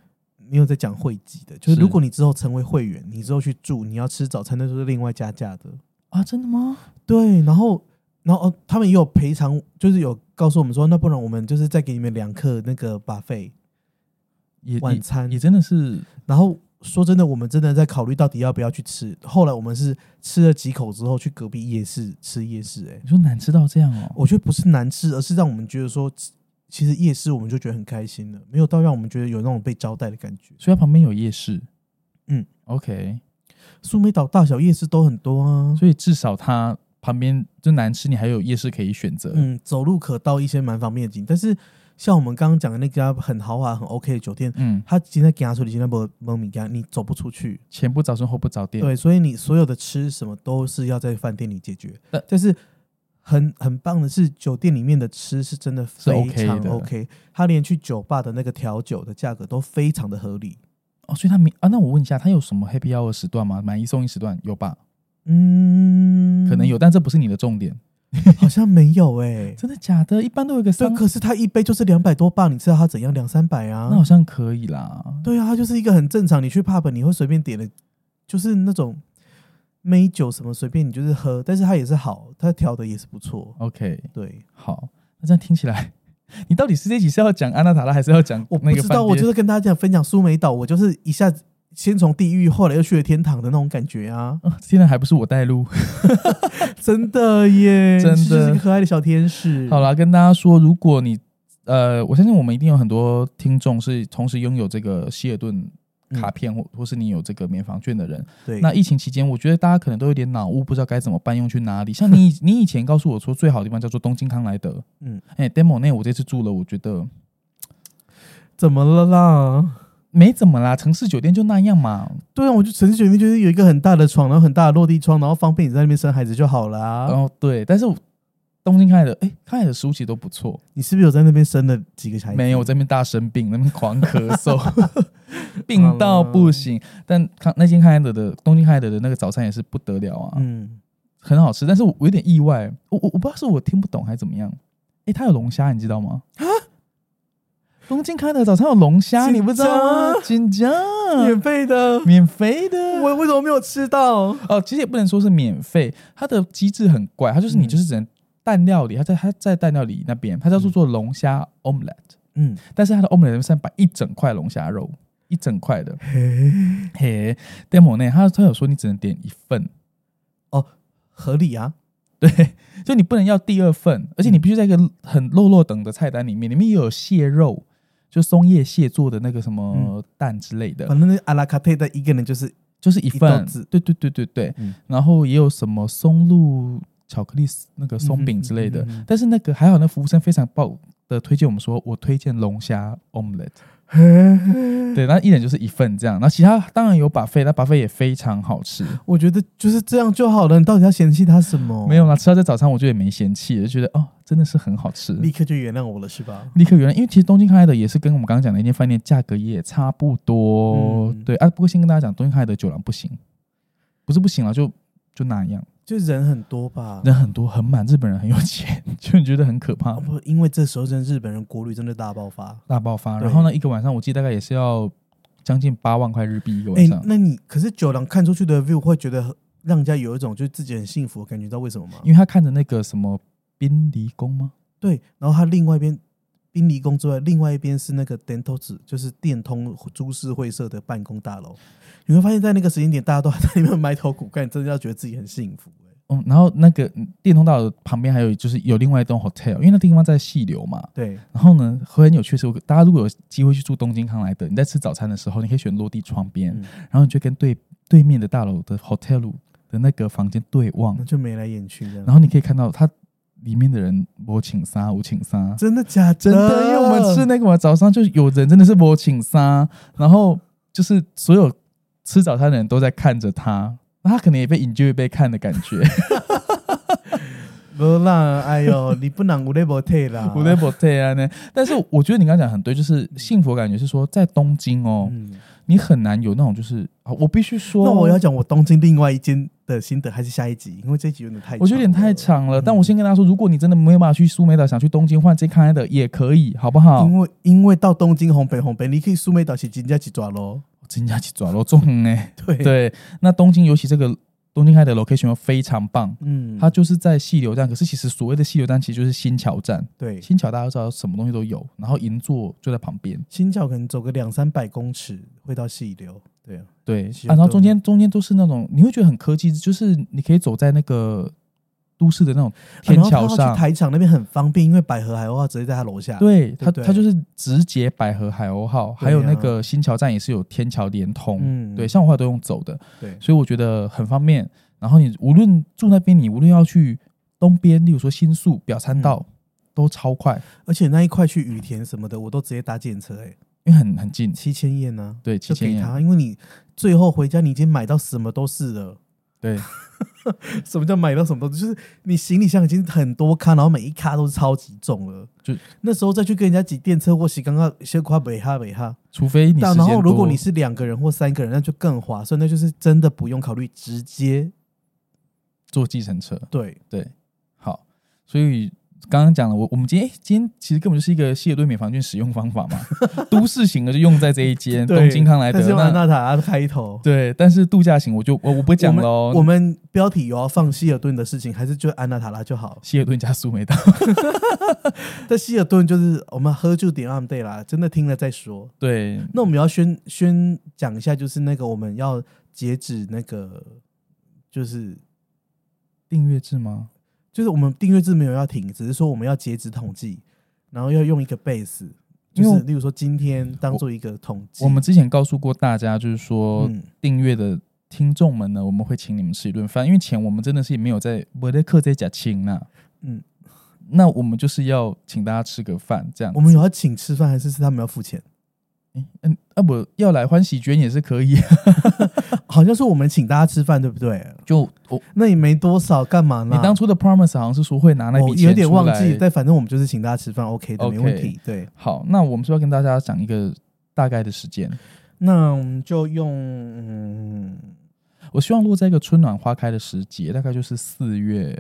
[SPEAKER 1] 没有在讲会籍的，就是
[SPEAKER 2] 是
[SPEAKER 1] 如果你之后成为会员，你之后去住，你要吃早餐那都是另外加价的。
[SPEAKER 2] 啊，真的吗？
[SPEAKER 1] 对，然后然后、哦、他们也有赔偿，就是有告诉我们说，那不然我们就是再给你们两克那个把费
[SPEAKER 2] 也
[SPEAKER 1] 晚
[SPEAKER 2] 也
[SPEAKER 1] 餐
[SPEAKER 2] 也，真的是
[SPEAKER 1] 然后。说真的，我们真的在考虑到底要不要去吃。后来我们是吃了几口之后，去隔壁夜市吃夜市、欸。哎，
[SPEAKER 2] 你说难吃到这样哦、
[SPEAKER 1] 我觉得不是难吃，而是让我们觉得说，其其实夜市我们就觉得很开心了，没有到让我们觉得有那种被招待的感觉。
[SPEAKER 2] 所以它旁边有夜市，
[SPEAKER 1] 嗯
[SPEAKER 2] ，OK，
[SPEAKER 1] 苏梅岛大小夜市都很多啊，
[SPEAKER 2] 所以至少它旁边就难吃，你还有夜市可以选择。
[SPEAKER 1] 嗯，走路可到一些蛮方便的景。但是像我们刚刚讲的那家很豪华、很 OK 的酒店，
[SPEAKER 2] 嗯，
[SPEAKER 1] 它今天给他说你今天不蒙米干，你走不出去。
[SPEAKER 2] 前不着村后不着店，
[SPEAKER 1] 对，所以你所有的吃什么都是要在饭店里解决
[SPEAKER 2] 呃。
[SPEAKER 1] 但是很很棒的是，酒店里面的吃是真的
[SPEAKER 2] 是
[SPEAKER 1] 非
[SPEAKER 2] OK
[SPEAKER 1] 常
[SPEAKER 2] 的
[SPEAKER 1] OK，他连去酒吧的那个调酒的价格都非常的合理。
[SPEAKER 2] 哦，所以他没啊？那我问一下，他有什么 Happy Hour 时段吗？买一送一时段有吧？
[SPEAKER 1] 嗯，
[SPEAKER 2] 可能有，但这不是你的重点。
[SPEAKER 1] 好像没有哎、
[SPEAKER 2] [LAUGHS] 真的假的？一般都有一个
[SPEAKER 1] 对
[SPEAKER 2] 三，，
[SPEAKER 1] 可是他一杯就是两百多磅，你知道他怎样两三百
[SPEAKER 2] 那好
[SPEAKER 1] 啊？
[SPEAKER 2] 像可以啦。
[SPEAKER 1] 对啊，他就是一个很正常，你去 pub 你会随便点的，就是那种美酒什么随便你就是喝，但是他也是好，他调的也是不错。
[SPEAKER 2] OK，
[SPEAKER 1] 对，
[SPEAKER 2] 好，那这样听起来，你到底是这集是要讲安娜塔拉，还是要讲
[SPEAKER 1] 我
[SPEAKER 2] 那
[SPEAKER 1] 不
[SPEAKER 2] 个
[SPEAKER 1] 知道，
[SPEAKER 2] 饭
[SPEAKER 1] 我就
[SPEAKER 2] 店？
[SPEAKER 1] 是跟大家讲分享苏梅岛，我就是一下子先从地狱，后来又去了天堂的那种感觉啊！
[SPEAKER 2] 啊竟然还不是我带路。
[SPEAKER 1] [LAUGHS] 真的耶，
[SPEAKER 2] 真的
[SPEAKER 1] 你就是一个可爱的小天使。
[SPEAKER 2] 好啦，跟大家说，如果你呃，我相信我们一定有很多听众是同时拥有这个希尔顿
[SPEAKER 1] 嗯
[SPEAKER 2] 卡片，或、或是你有这个免房券的人。
[SPEAKER 1] 对，
[SPEAKER 2] 那疫情期间，我觉得大家可能都有点脑雾，不知道该怎么办，用去哪里。
[SPEAKER 1] [LAUGHS]
[SPEAKER 2] 像你，你以前告诉我说最好的地方叫做东京康莱德，嗯
[SPEAKER 1] 嗯，
[SPEAKER 2] 哎、d e m o 那我这次住了，我觉得
[SPEAKER 1] 怎么了啦？
[SPEAKER 2] 没怎么啦，城市酒店就那样嘛。
[SPEAKER 1] 对啊，我就城市酒店就是有一个很大的床，然后很大的落地窗，然后方便你在那边生孩子就好啦。
[SPEAKER 2] 然后哦对，但是我东京康莱德，哎、康莱德食物其实都不错，
[SPEAKER 1] 你是不是有在那边生了几个孩子？
[SPEAKER 2] 没有我在那边大生病，那边狂咳嗽，
[SPEAKER 1] [LAUGHS]
[SPEAKER 2] 病到不行。但康那间康莱德的东京康莱德的那个早餐也是不得了啊，
[SPEAKER 1] 嗯，
[SPEAKER 2] 很好吃。但是我有点意外，
[SPEAKER 1] 啊
[SPEAKER 2] 我我我不知道是我听不懂还是怎么样。哎、它有龙虾，你知道吗？东京开的早餐有龙虾，
[SPEAKER 1] 紧张
[SPEAKER 2] 你不知道吗？紧张，
[SPEAKER 1] 免费的，
[SPEAKER 2] 免费的。
[SPEAKER 1] 我为什么没有吃到？
[SPEAKER 2] 哦，其实也不能说是免费，它的机制很怪，它就是你
[SPEAKER 1] 嗯
[SPEAKER 2] 就是只能蛋料理，它在它在蛋料理那边，它叫做做龙虾 omelette，
[SPEAKER 1] 嗯，
[SPEAKER 2] 但是它的 omelette 上摆一整块龙虾肉，一整块的。嘿，demo 内他他有说你只能点一份，
[SPEAKER 1] 合理啊，
[SPEAKER 2] [LAUGHS] 对，就你不能要第二份，而
[SPEAKER 1] 嗯
[SPEAKER 2] 且你必须在一个很肉肉等的菜单里面，里面也有蟹肉，就松叶蟹做的那个什
[SPEAKER 1] 嗯
[SPEAKER 2] 么蛋之类的，
[SPEAKER 1] 反正那阿拉卡特的一个人就是
[SPEAKER 2] 就是一
[SPEAKER 1] 一道
[SPEAKER 2] 份
[SPEAKER 1] 子，
[SPEAKER 2] 对对对对对，
[SPEAKER 1] 嗯
[SPEAKER 2] 然后也有什么松露巧克力那个松饼之类的，
[SPEAKER 1] 嗯哼嗯哼嗯哼
[SPEAKER 2] 但是那个还好，那服务生非常爆的推荐我们说，我推荐龙虾 omelette，
[SPEAKER 1] [LAUGHS]
[SPEAKER 2] 对，然后一人就是一份这样，然后其他当然有把费，那把费也非常好吃，
[SPEAKER 1] 我觉得就是这样就好了，你到底要嫌弃他什么？
[SPEAKER 2] 没有啦，吃到这早餐我就也没嫌弃，就觉得哦，真的是很好吃，
[SPEAKER 1] 立刻就原谅我了，是吧？
[SPEAKER 2] 立刻原谅，因为其实东京开的也是跟我们刚刚讲的那间饭店价格也差不多，
[SPEAKER 1] 嗯
[SPEAKER 2] 对啊。不过先跟大家讲，东京开的酒廊不行，不是不行了，就就那样，
[SPEAKER 1] 就人很多吧，
[SPEAKER 2] 人很多很满，日本人很有钱，就你觉得很可怕
[SPEAKER 1] 啊，不，因为这时候真的日本人国旅真的大爆发。
[SPEAKER 2] 大爆发。
[SPEAKER 1] 对
[SPEAKER 2] 然后呢，一个晚上我记得大概也是要将近八万块日币一个
[SPEAKER 1] 哎、
[SPEAKER 2] 晚上，
[SPEAKER 1] 那你可是酒廊看出去的 view 会觉得很让人家有一种就是自己很幸福的感觉，你知道为什么吗
[SPEAKER 2] 因？为他看着那个什么宾离宫吗？
[SPEAKER 1] 对，然后它另外一边宾离宫之外，另外一边是那个 Dental 子，就是电通株式会社的办公大楼。你会发现在那个时间点，大家都还在里面埋头苦干，真的要觉得自己很幸福、欸。
[SPEAKER 2] 嗯，然后那个嗯电通道的旁边还有就是有另外一栋 hotel，因为那地方在细流嘛，
[SPEAKER 1] 对，
[SPEAKER 2] 然后呢，很有趣的是，大家如果有机会去住东京康莱德，你在吃早餐的时候，你可以选落地窗边，
[SPEAKER 1] 嗯
[SPEAKER 2] 然后你就跟对对面的大楼的 hotel 的那个房间对望
[SPEAKER 1] 那，就眉来眼去的。
[SPEAKER 2] 然后你可以看到它里面的人我请杀，我请杀，
[SPEAKER 1] 真的假的？
[SPEAKER 2] 真的，因为我们吃那个嘛，早上就有人真的是我请杀，然后就是所有吃早餐的人都在看着他，那他可能也被 enjoy 被看的感觉，。
[SPEAKER 1] 不啦，哎呦，你不能无赖不退啦
[SPEAKER 2] 我在不对 [LAUGHS] 啊嗯呢。但是我觉得你刚刚讲很对，就是幸福的感觉是说在东京哦。
[SPEAKER 1] 嗯，
[SPEAKER 2] 你很难有那种就是啊，我必须说，
[SPEAKER 1] 那我要，讲我东京另外一间的心得，还是下一集？因为这一集有点太，
[SPEAKER 2] 我觉得有点太。长了。
[SPEAKER 1] 嗯
[SPEAKER 2] 但我先跟大家说，如果你真的没有办法去苏梅岛，想去东京换这开的也可以，好不好？
[SPEAKER 1] 因为因为到东京红北红北，你可以苏梅岛写金家起抓喽。
[SPEAKER 2] 真假起抓咯，重呢。
[SPEAKER 1] [LAUGHS] 对，
[SPEAKER 2] 对，那东京尤其这个东京开的 location 又非常棒。
[SPEAKER 1] 嗯，
[SPEAKER 2] 它就是在细流站，可是其实所谓的细流站其实就是新桥站。
[SPEAKER 1] 对
[SPEAKER 2] 新桥大家都知道，什么东西都有，然后银座就在旁边。
[SPEAKER 1] 新桥可能走个两三百公尺会到细流，对啊，
[SPEAKER 2] 对，
[SPEAKER 1] 西
[SPEAKER 2] 啊、
[SPEAKER 1] 游
[SPEAKER 2] 然后
[SPEAKER 1] 多
[SPEAKER 2] 中间中间都是那种你会觉得很科技，就是你可以走在那个都市的那种天
[SPEAKER 1] 啊然后
[SPEAKER 2] 桥
[SPEAKER 1] 他要
[SPEAKER 2] 上
[SPEAKER 1] 去，台场那边很方便，因为百合海鸥啊直接在他楼下。，
[SPEAKER 2] 对
[SPEAKER 1] 不
[SPEAKER 2] 它，
[SPEAKER 1] 对
[SPEAKER 2] 它就是直接百合海鸥号，还有
[SPEAKER 1] 对啊
[SPEAKER 2] 那个新桥站也是有天桥连通，
[SPEAKER 1] 嗯
[SPEAKER 2] 对，像我后来都用走的，
[SPEAKER 1] 对
[SPEAKER 2] 所以我觉得很方便。然后你无论住那边，你无论要去东边，例如说新宿表参道，
[SPEAKER 1] 嗯
[SPEAKER 2] 都超快，
[SPEAKER 1] 而且那一块去羽田什么的，我都直接搭电车、欸，哎，
[SPEAKER 2] 因为很很近。
[SPEAKER 1] 七千円呢、
[SPEAKER 2] 对，
[SPEAKER 1] 就
[SPEAKER 2] 七千
[SPEAKER 1] 给
[SPEAKER 2] 円，
[SPEAKER 1] 他，因为你最后回家你已经买到什么都是了。 [LAUGHS]
[SPEAKER 2] 对，
[SPEAKER 1] 什么叫买到什么都是？就是你行李箱已经很多咖，然后每一咖都是超级重了。
[SPEAKER 2] 就
[SPEAKER 1] 那时候再去跟人家挤电车或洗刚刚先夸北哈北哈，
[SPEAKER 2] 除非你时
[SPEAKER 1] 但
[SPEAKER 2] 间
[SPEAKER 1] 然后如果
[SPEAKER 2] 多
[SPEAKER 1] 你是两个人或三个人，那就更划算，那就是真的不用考虑，直接
[SPEAKER 2] 坐计程车，
[SPEAKER 1] 对，
[SPEAKER 2] 对，好，所以刚刚讲了，我我们今天、诶今天其实根本就是一个谢顿免房券使用方
[SPEAKER 1] [LAUGHS]
[SPEAKER 2] 法嘛，都市型的就用在这一间
[SPEAKER 1] 对
[SPEAKER 2] 东京康莱德
[SPEAKER 1] 但是用安
[SPEAKER 2] 那
[SPEAKER 1] 娜塔的开头。
[SPEAKER 2] 对，但是度假型我就我我不讲
[SPEAKER 1] 我
[SPEAKER 2] 哦
[SPEAKER 1] 们
[SPEAKER 2] 喽，
[SPEAKER 1] 我们标题有要放希尔顿的事情，还是就安娜塔拉就
[SPEAKER 2] [LAUGHS]
[SPEAKER 1] 好。
[SPEAKER 2] 希尔顿加苏
[SPEAKER 1] [LAUGHS]
[SPEAKER 2] 梅岛，
[SPEAKER 1] 但希尔顿就是我们喝就点 on day 啦，真的听了再说。
[SPEAKER 2] 对，
[SPEAKER 1] 那我们要宣宣讲一下，就是那个我们要截止那个，就是
[SPEAKER 2] 订阅制吗？
[SPEAKER 1] 就是我们订阅制没有要停，只是说我们要截止统计，然后要用一个 base，就
[SPEAKER 2] 因为
[SPEAKER 1] 是例如说今天当做一个统计。
[SPEAKER 2] 我们之前告诉过大家，就是说、
[SPEAKER 1] 嗯
[SPEAKER 2] 订阅的听众们呢，我们会请你们吃一顿饭，因为钱我们真的是也没有在我在客在家请呐，
[SPEAKER 1] 嗯，
[SPEAKER 2] 那我们就是要请大家吃个饭这样
[SPEAKER 1] 我。们有要请吃饭，还是是他们要付钱？ [LAUGHS]
[SPEAKER 2] 诶嗯，啊不要来欢喜捐也是可以， [LAUGHS]
[SPEAKER 1] 好像是我们请大家吃饭，对不对？
[SPEAKER 2] 就我
[SPEAKER 1] 那也没多少，干嘛呢？
[SPEAKER 2] 你当初的 promise 好像是说会拿那
[SPEAKER 1] 我
[SPEAKER 2] 笔钱
[SPEAKER 1] 有点忘
[SPEAKER 2] 出来
[SPEAKER 1] 记，但反正我们就是请大家吃饭，OK 的
[SPEAKER 2] OK
[SPEAKER 1] 没问题。对，
[SPEAKER 2] 好，那我们是不是要跟大家讲一个大概的时间。
[SPEAKER 1] 那我们就用嗯
[SPEAKER 2] 我希望落在一个春暖花开的时节，大概就是四月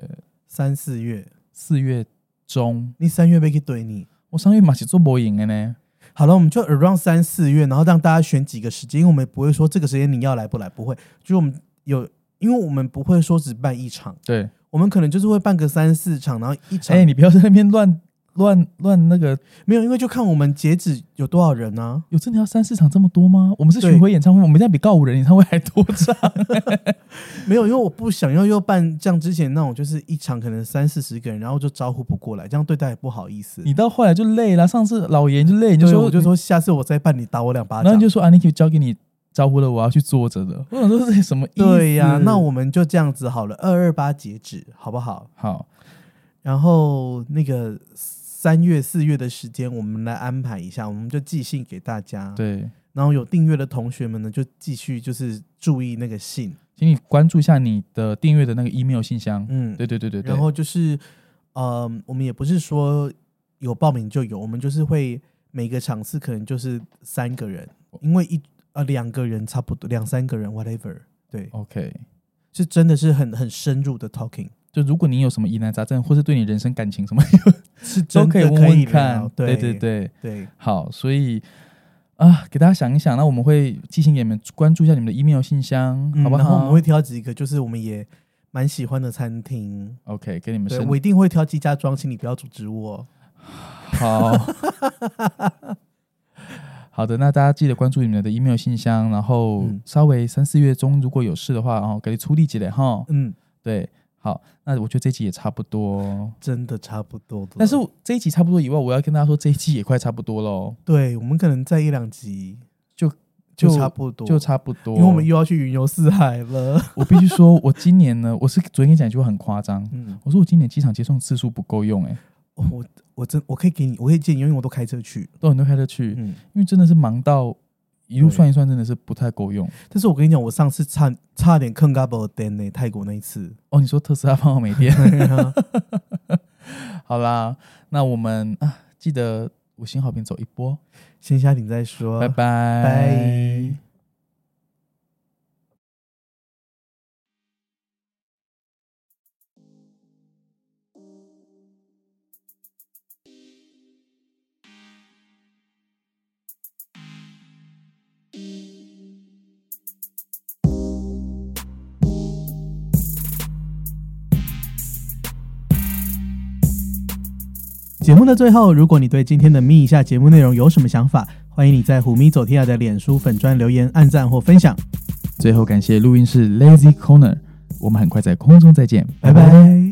[SPEAKER 1] 三四月，
[SPEAKER 2] 四月中。
[SPEAKER 1] 你三月被去怼你，
[SPEAKER 2] 我上月马是做播影的呢，
[SPEAKER 1] 好了，我们就 around 三四月，然后让大家选几个时间，因为我们不会说这个时间你要来不来，不会，就是我们有，因为我们不会说只办一场，
[SPEAKER 2] 对，
[SPEAKER 1] 我们可能就是会办个三四场，然后一场、
[SPEAKER 2] 哎、你不要在那边乱乱乱那个，
[SPEAKER 1] 没有，因为就看我们截止有多少人啊。
[SPEAKER 2] 有真的要三四场这么多吗？我们是
[SPEAKER 1] 对
[SPEAKER 2] 巡回演唱会，我们现在比告五人演唱会还多场。
[SPEAKER 1] [LAUGHS] 没有，因为我不想要又办像之前那种，就是一场可能三四十个人，然后就招呼不过来，这样对大家也不好意思。
[SPEAKER 2] 你到后来就累了，上次老严就累，你
[SPEAKER 1] 就
[SPEAKER 2] 就说
[SPEAKER 1] 说我就，说下次我再办，你打我两巴
[SPEAKER 2] 然后
[SPEAKER 1] 掌
[SPEAKER 2] 你。就说啊，你 Q 交给你招呼了，我要去坐着的。我想说这什么意思？
[SPEAKER 1] 对呀、那我们就这样子好了，二二八截止好不好？
[SPEAKER 2] 好，
[SPEAKER 1] 然后那个三月、四月的时间，我们来安排一下，我们就寄信给大家。，
[SPEAKER 2] 对，
[SPEAKER 1] 然后有订阅的同学们呢，就继续就是注意那个信，
[SPEAKER 2] 请你关注一下你的订阅的那个 email 信箱。
[SPEAKER 1] 嗯，
[SPEAKER 2] 对对对对对，
[SPEAKER 1] 然后就是，呃，我们也不是说有报名就有，我们就是会每个场次可能就是三个人，
[SPEAKER 2] 哦
[SPEAKER 1] 因为一呃两个人差不多，两三个人 whatever，对，
[SPEAKER 2] OK，
[SPEAKER 1] 是真的是很很深入的 talking，
[SPEAKER 2] 就如果你有什么疑难杂症，或是对你人生感情
[SPEAKER 1] [LAUGHS]
[SPEAKER 2] 什么，
[SPEAKER 1] 是
[SPEAKER 2] 都
[SPEAKER 1] 真的
[SPEAKER 2] 以问
[SPEAKER 1] 以
[SPEAKER 2] 问
[SPEAKER 1] 聊
[SPEAKER 2] 看。
[SPEAKER 1] 对
[SPEAKER 2] 对对，
[SPEAKER 1] 对
[SPEAKER 2] 好，所以啊，给大家想一想，那我们会寄信给你们，关注一下你们的 email 信箱，
[SPEAKER 1] 嗯
[SPEAKER 2] 好不
[SPEAKER 1] 然后我
[SPEAKER 2] 好
[SPEAKER 1] 们会挑几个就是我们也蛮喜欢的餐厅，
[SPEAKER 2] ？OK，给你们
[SPEAKER 1] 对
[SPEAKER 2] 申
[SPEAKER 1] 我一定会挑鸡家庄，请你不要阻止我。
[SPEAKER 2] [LAUGHS] 好。好的，那大家记得关注你们的 email 信箱，然后
[SPEAKER 1] 嗯
[SPEAKER 2] 稍微三四月中如果有事的话，哦，给你出力积累哈。
[SPEAKER 1] 嗯，
[SPEAKER 2] 对，好，那我觉得这集也差不多。
[SPEAKER 1] 真的差不多了
[SPEAKER 2] 但是我这一集差不多以外，我要跟大家说，这一集也快差不多喽，
[SPEAKER 1] 对我们可能在一两集
[SPEAKER 2] 就
[SPEAKER 1] 就
[SPEAKER 2] 就
[SPEAKER 1] 差不多，
[SPEAKER 2] 就差不多。
[SPEAKER 1] 因为我们又要去云游四海了。
[SPEAKER 2] [LAUGHS] 我必须说，我今年呢，我是昨天跟你讲一句话很夸张，
[SPEAKER 1] 嗯，
[SPEAKER 2] 我说我今年机场接送次数不够用、欸，哎，
[SPEAKER 1] 哦我我真我可以给你，我可以建议，因为我都开车去。
[SPEAKER 2] 都很多开车去，
[SPEAKER 1] 嗯，
[SPEAKER 2] 因为真的是忙到一路
[SPEAKER 1] 对
[SPEAKER 2] 算一算，真的是不太够用。
[SPEAKER 1] 但是我跟你讲，我上次差差点坑 g a b l e d 呢，泰国那一次。
[SPEAKER 2] 哦，你说特斯拉帮我没
[SPEAKER 1] [LAUGHS]
[SPEAKER 2] 电，
[SPEAKER 1] 对啊
[SPEAKER 2] 好啦，那我们啊，记得五星好评走一波，
[SPEAKER 1] 先下停再说，
[SPEAKER 2] 拜拜
[SPEAKER 1] 拜。节目的最后，如果你对今天的咪一下节目内容有什么想法，欢迎你在虎咪走天涯的脸书粉砖留言、按赞或分享。
[SPEAKER 2] 最后感谢录音室 Lazy Corner，我们很快在空中再见，
[SPEAKER 1] 拜拜